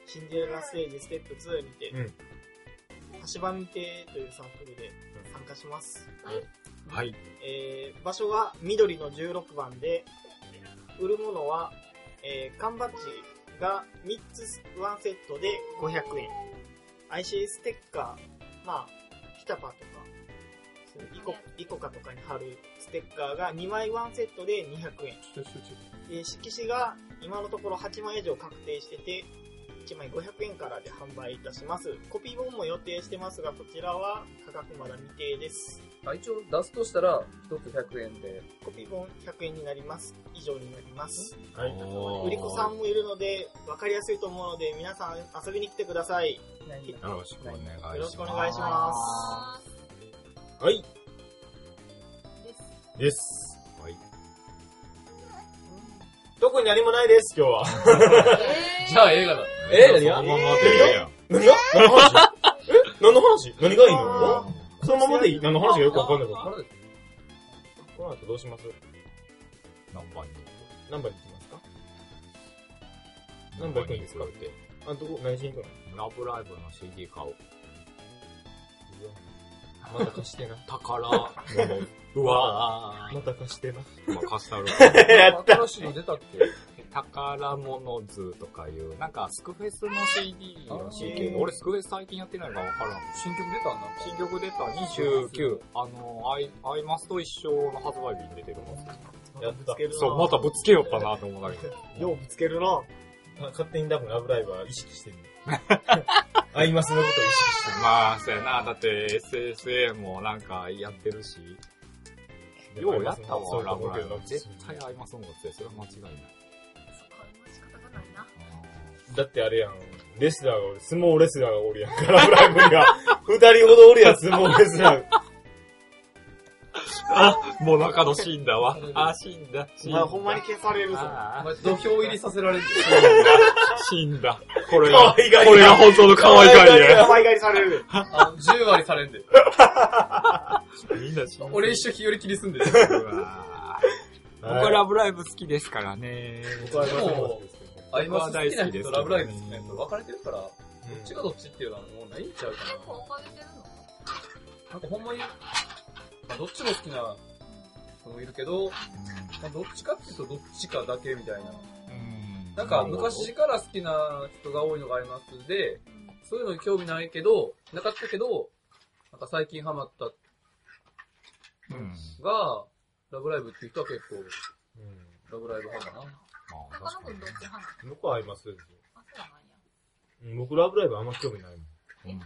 [SPEAKER 4] シンデレラステージステップ2にて、
[SPEAKER 1] うん
[SPEAKER 4] 橋場見てというサークルで参加します。
[SPEAKER 7] はい。
[SPEAKER 4] えー場所は緑の16番で、売るものは、えー缶バッジが3つ1セットで500円。IC ステッカー、まあ、ピタパとか、そのイコイコカとかに貼るステッカーが2枚1セットで200円。で色紙が今のところ8枚以上確定してて1枚500円からで販売いたしますコピー本も予定してますがこちらは価格まだ未定です
[SPEAKER 5] あ一応出すとしたら、一つ100円で。
[SPEAKER 4] コピー本100円になります以上になります
[SPEAKER 1] はい。
[SPEAKER 7] おー
[SPEAKER 4] 売り子さんもいるので分かりやすいと思うので皆さん遊びに来てください
[SPEAKER 7] よろしくお願いします。
[SPEAKER 4] よろしくお願いします
[SPEAKER 6] あ
[SPEAKER 1] はい。
[SPEAKER 6] ーです
[SPEAKER 1] です。
[SPEAKER 7] はい。
[SPEAKER 1] 特に何もないです、今日は。
[SPEAKER 2] じゃあ映画だ。
[SPEAKER 1] え
[SPEAKER 7] じゃあそのままでいいやん。
[SPEAKER 1] 何が何の話え何の話何がいいのそのままでいい何の話がよくわかんなか
[SPEAKER 5] ま
[SPEAKER 1] っ
[SPEAKER 5] だです
[SPEAKER 1] た。この後どうします
[SPEAKER 7] 何番に
[SPEAKER 1] 何番に行きますか
[SPEAKER 7] 何
[SPEAKER 1] 何
[SPEAKER 7] 番
[SPEAKER 1] 番
[SPEAKER 7] に
[SPEAKER 1] に
[SPEAKER 7] 使
[SPEAKER 1] 使
[SPEAKER 7] っ
[SPEAKER 1] う
[SPEAKER 7] て。
[SPEAKER 1] あんとこ、何しに行く
[SPEAKER 7] ラブライブの CD 買おう。
[SPEAKER 1] のまた貸してな。
[SPEAKER 7] 宝物。 うわ
[SPEAKER 1] また貸してな。
[SPEAKER 7] ぁ。まあ、カスタル。
[SPEAKER 1] やった
[SPEAKER 5] 新しいの出たっけ
[SPEAKER 7] 宝物図とかいう、なんか、スクフェスの CD らしいけ
[SPEAKER 4] あ
[SPEAKER 7] ど、
[SPEAKER 4] ー
[SPEAKER 7] 俺スクフェス最近やってないから分からん。
[SPEAKER 5] 新曲出たんだ。
[SPEAKER 7] 新曲出た29、あの、アイアイマスと一緒の発売日に出てるは
[SPEAKER 1] やっ
[SPEAKER 4] ぶつ
[SPEAKER 1] た
[SPEAKER 4] ける
[SPEAKER 7] ず。
[SPEAKER 4] な
[SPEAKER 7] そう、またぶつけよったなと思ったけど。
[SPEAKER 4] ようぶつけるな
[SPEAKER 1] あ勝手に多分ラブライブは意識して る。アイマスのことを意識してる。
[SPEAKER 7] まあ、そうやな。だって、SSA もなんかやってるし。ようやった
[SPEAKER 1] そ
[SPEAKER 7] わ、
[SPEAKER 1] うだ
[SPEAKER 7] ラ
[SPEAKER 1] と
[SPEAKER 7] ブ
[SPEAKER 1] 思う
[SPEAKER 7] ラ
[SPEAKER 1] け
[SPEAKER 7] イブ
[SPEAKER 1] ど。。
[SPEAKER 7] 絶対アイマス音楽で、それは間違いない。
[SPEAKER 6] そこはもう仕方がないな。
[SPEAKER 1] だってあれやん。レスラーがおる、相撲レスラーがおるやん。ラブライブには。二人ほどおるやん、相撲レス ラー。
[SPEAKER 7] あ、もう中のシーンだ わ。あ、シーンだ。
[SPEAKER 4] お
[SPEAKER 7] シーン
[SPEAKER 4] 前
[SPEAKER 7] だ。
[SPEAKER 4] ほんまに消されるぞ
[SPEAKER 7] あ
[SPEAKER 2] お
[SPEAKER 7] ー
[SPEAKER 2] 前土俵入りさせられるよ。
[SPEAKER 7] シーンだ。これ
[SPEAKER 1] 可
[SPEAKER 7] が、
[SPEAKER 1] 愛がり。
[SPEAKER 7] これが本当の可愛い感じ
[SPEAKER 4] お前狩りされる
[SPEAKER 2] あの10割されんで。
[SPEAKER 7] みんな死ん
[SPEAKER 2] 俺一緒日和切りすんで。
[SPEAKER 7] うわー僕はラブライブ好きですからね。
[SPEAKER 1] 僕はラブライブ好きですけどね
[SPEAKER 2] アイマス好きな人とラブライブ好きな
[SPEAKER 7] 僕は大好きですけど
[SPEAKER 2] 人と別れてるから、どっちがどっちっていうのはもうないんちゃうか
[SPEAKER 6] 結構おかげてるの
[SPEAKER 2] な。なんかほんまに、まあ、どっちも好きな人もいるけど、まあ、どっちかっていうとどっちかだけみたいな。
[SPEAKER 7] うん
[SPEAKER 2] なんか昔から好きな人が多いのがアイマスで、そういうのに興味ないけど、なかったけど、なんか最近ハマった
[SPEAKER 7] うん。
[SPEAKER 2] が、ラブライブっていう人は結
[SPEAKER 1] うん。
[SPEAKER 2] 構、ラブライブ派かな。
[SPEAKER 7] まあ
[SPEAKER 6] 中
[SPEAKER 7] 確かに
[SPEAKER 6] 野くんどっち派なの
[SPEAKER 1] 僕は合いますよ。
[SPEAKER 6] あ、そうなんや。
[SPEAKER 1] うん僕ラブライブあんま興味ないもん。
[SPEAKER 7] うん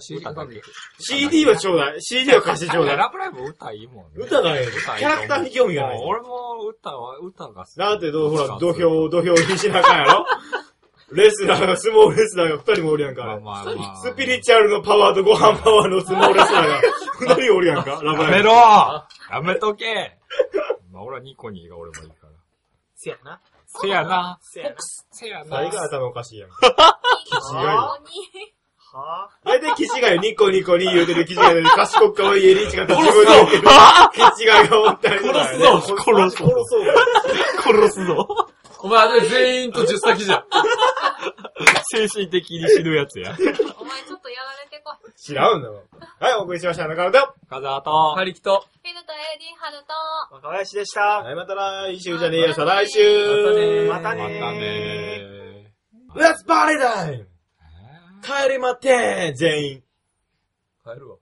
[SPEAKER 2] シーファミリー。
[SPEAKER 1] CD はちょうだい。CD は貸してちょうだい。
[SPEAKER 7] ラブライブ歌いいもんね。
[SPEAKER 1] 歌がええ
[SPEAKER 7] 歌いい
[SPEAKER 1] キャ
[SPEAKER 7] と思
[SPEAKER 1] ラ
[SPEAKER 7] う
[SPEAKER 1] クターに興味がな
[SPEAKER 7] も。
[SPEAKER 1] いう
[SPEAKER 7] 俺も歌は、歌が好き。
[SPEAKER 1] だってどう、ほら、土俵、土俵にしなあかんやろ レスラーが、相撲レスラーが二人もおるやんか、あ
[SPEAKER 7] まあ
[SPEAKER 1] れ。
[SPEAKER 7] まあまあ。
[SPEAKER 1] スピリチュアルのパワーとご飯パワーの相撲レスラ ーが二人おるやんか、ラブ
[SPEAKER 7] や
[SPEAKER 1] ライ
[SPEAKER 7] め
[SPEAKER 1] ブ。
[SPEAKER 7] ろやめとけまあ俺はニコニーが俺もいいから。
[SPEAKER 4] せやな。
[SPEAKER 7] せやな。
[SPEAKER 4] せやな。
[SPEAKER 7] せや
[SPEAKER 1] 最後頭おかしいやんか。
[SPEAKER 6] 岸
[SPEAKER 1] 違うよ
[SPEAKER 6] に。
[SPEAKER 4] は
[SPEAKER 1] 大体、岸がよ、ニコニコに言うてる岸がよ、賢くかわいいエリーチが自分で言うてる。岸がよ、おったりとかね。
[SPEAKER 7] 殺すぞ
[SPEAKER 1] マジ殺そうだよ。
[SPEAKER 7] 殺すぞ。
[SPEAKER 8] お前、あれ全員と10先じゃん。
[SPEAKER 7] 精神的に死ぬやつや。
[SPEAKER 6] お前ちょっとやられてこい。
[SPEAKER 1] 知らうんだもん。はい、お送りしました。中野と。
[SPEAKER 7] 風 あと。
[SPEAKER 8] 張りきと。
[SPEAKER 6] フィルとエリー、ハルと。
[SPEAKER 4] あ、若林でした。
[SPEAKER 1] はい、また来週じゃねえよ、再来週
[SPEAKER 4] またね
[SPEAKER 7] また
[SPEAKER 4] ー
[SPEAKER 7] ね
[SPEAKER 1] レッツパーティータイム
[SPEAKER 7] ー。
[SPEAKER 1] 帰りまって全員
[SPEAKER 2] 帰るわ。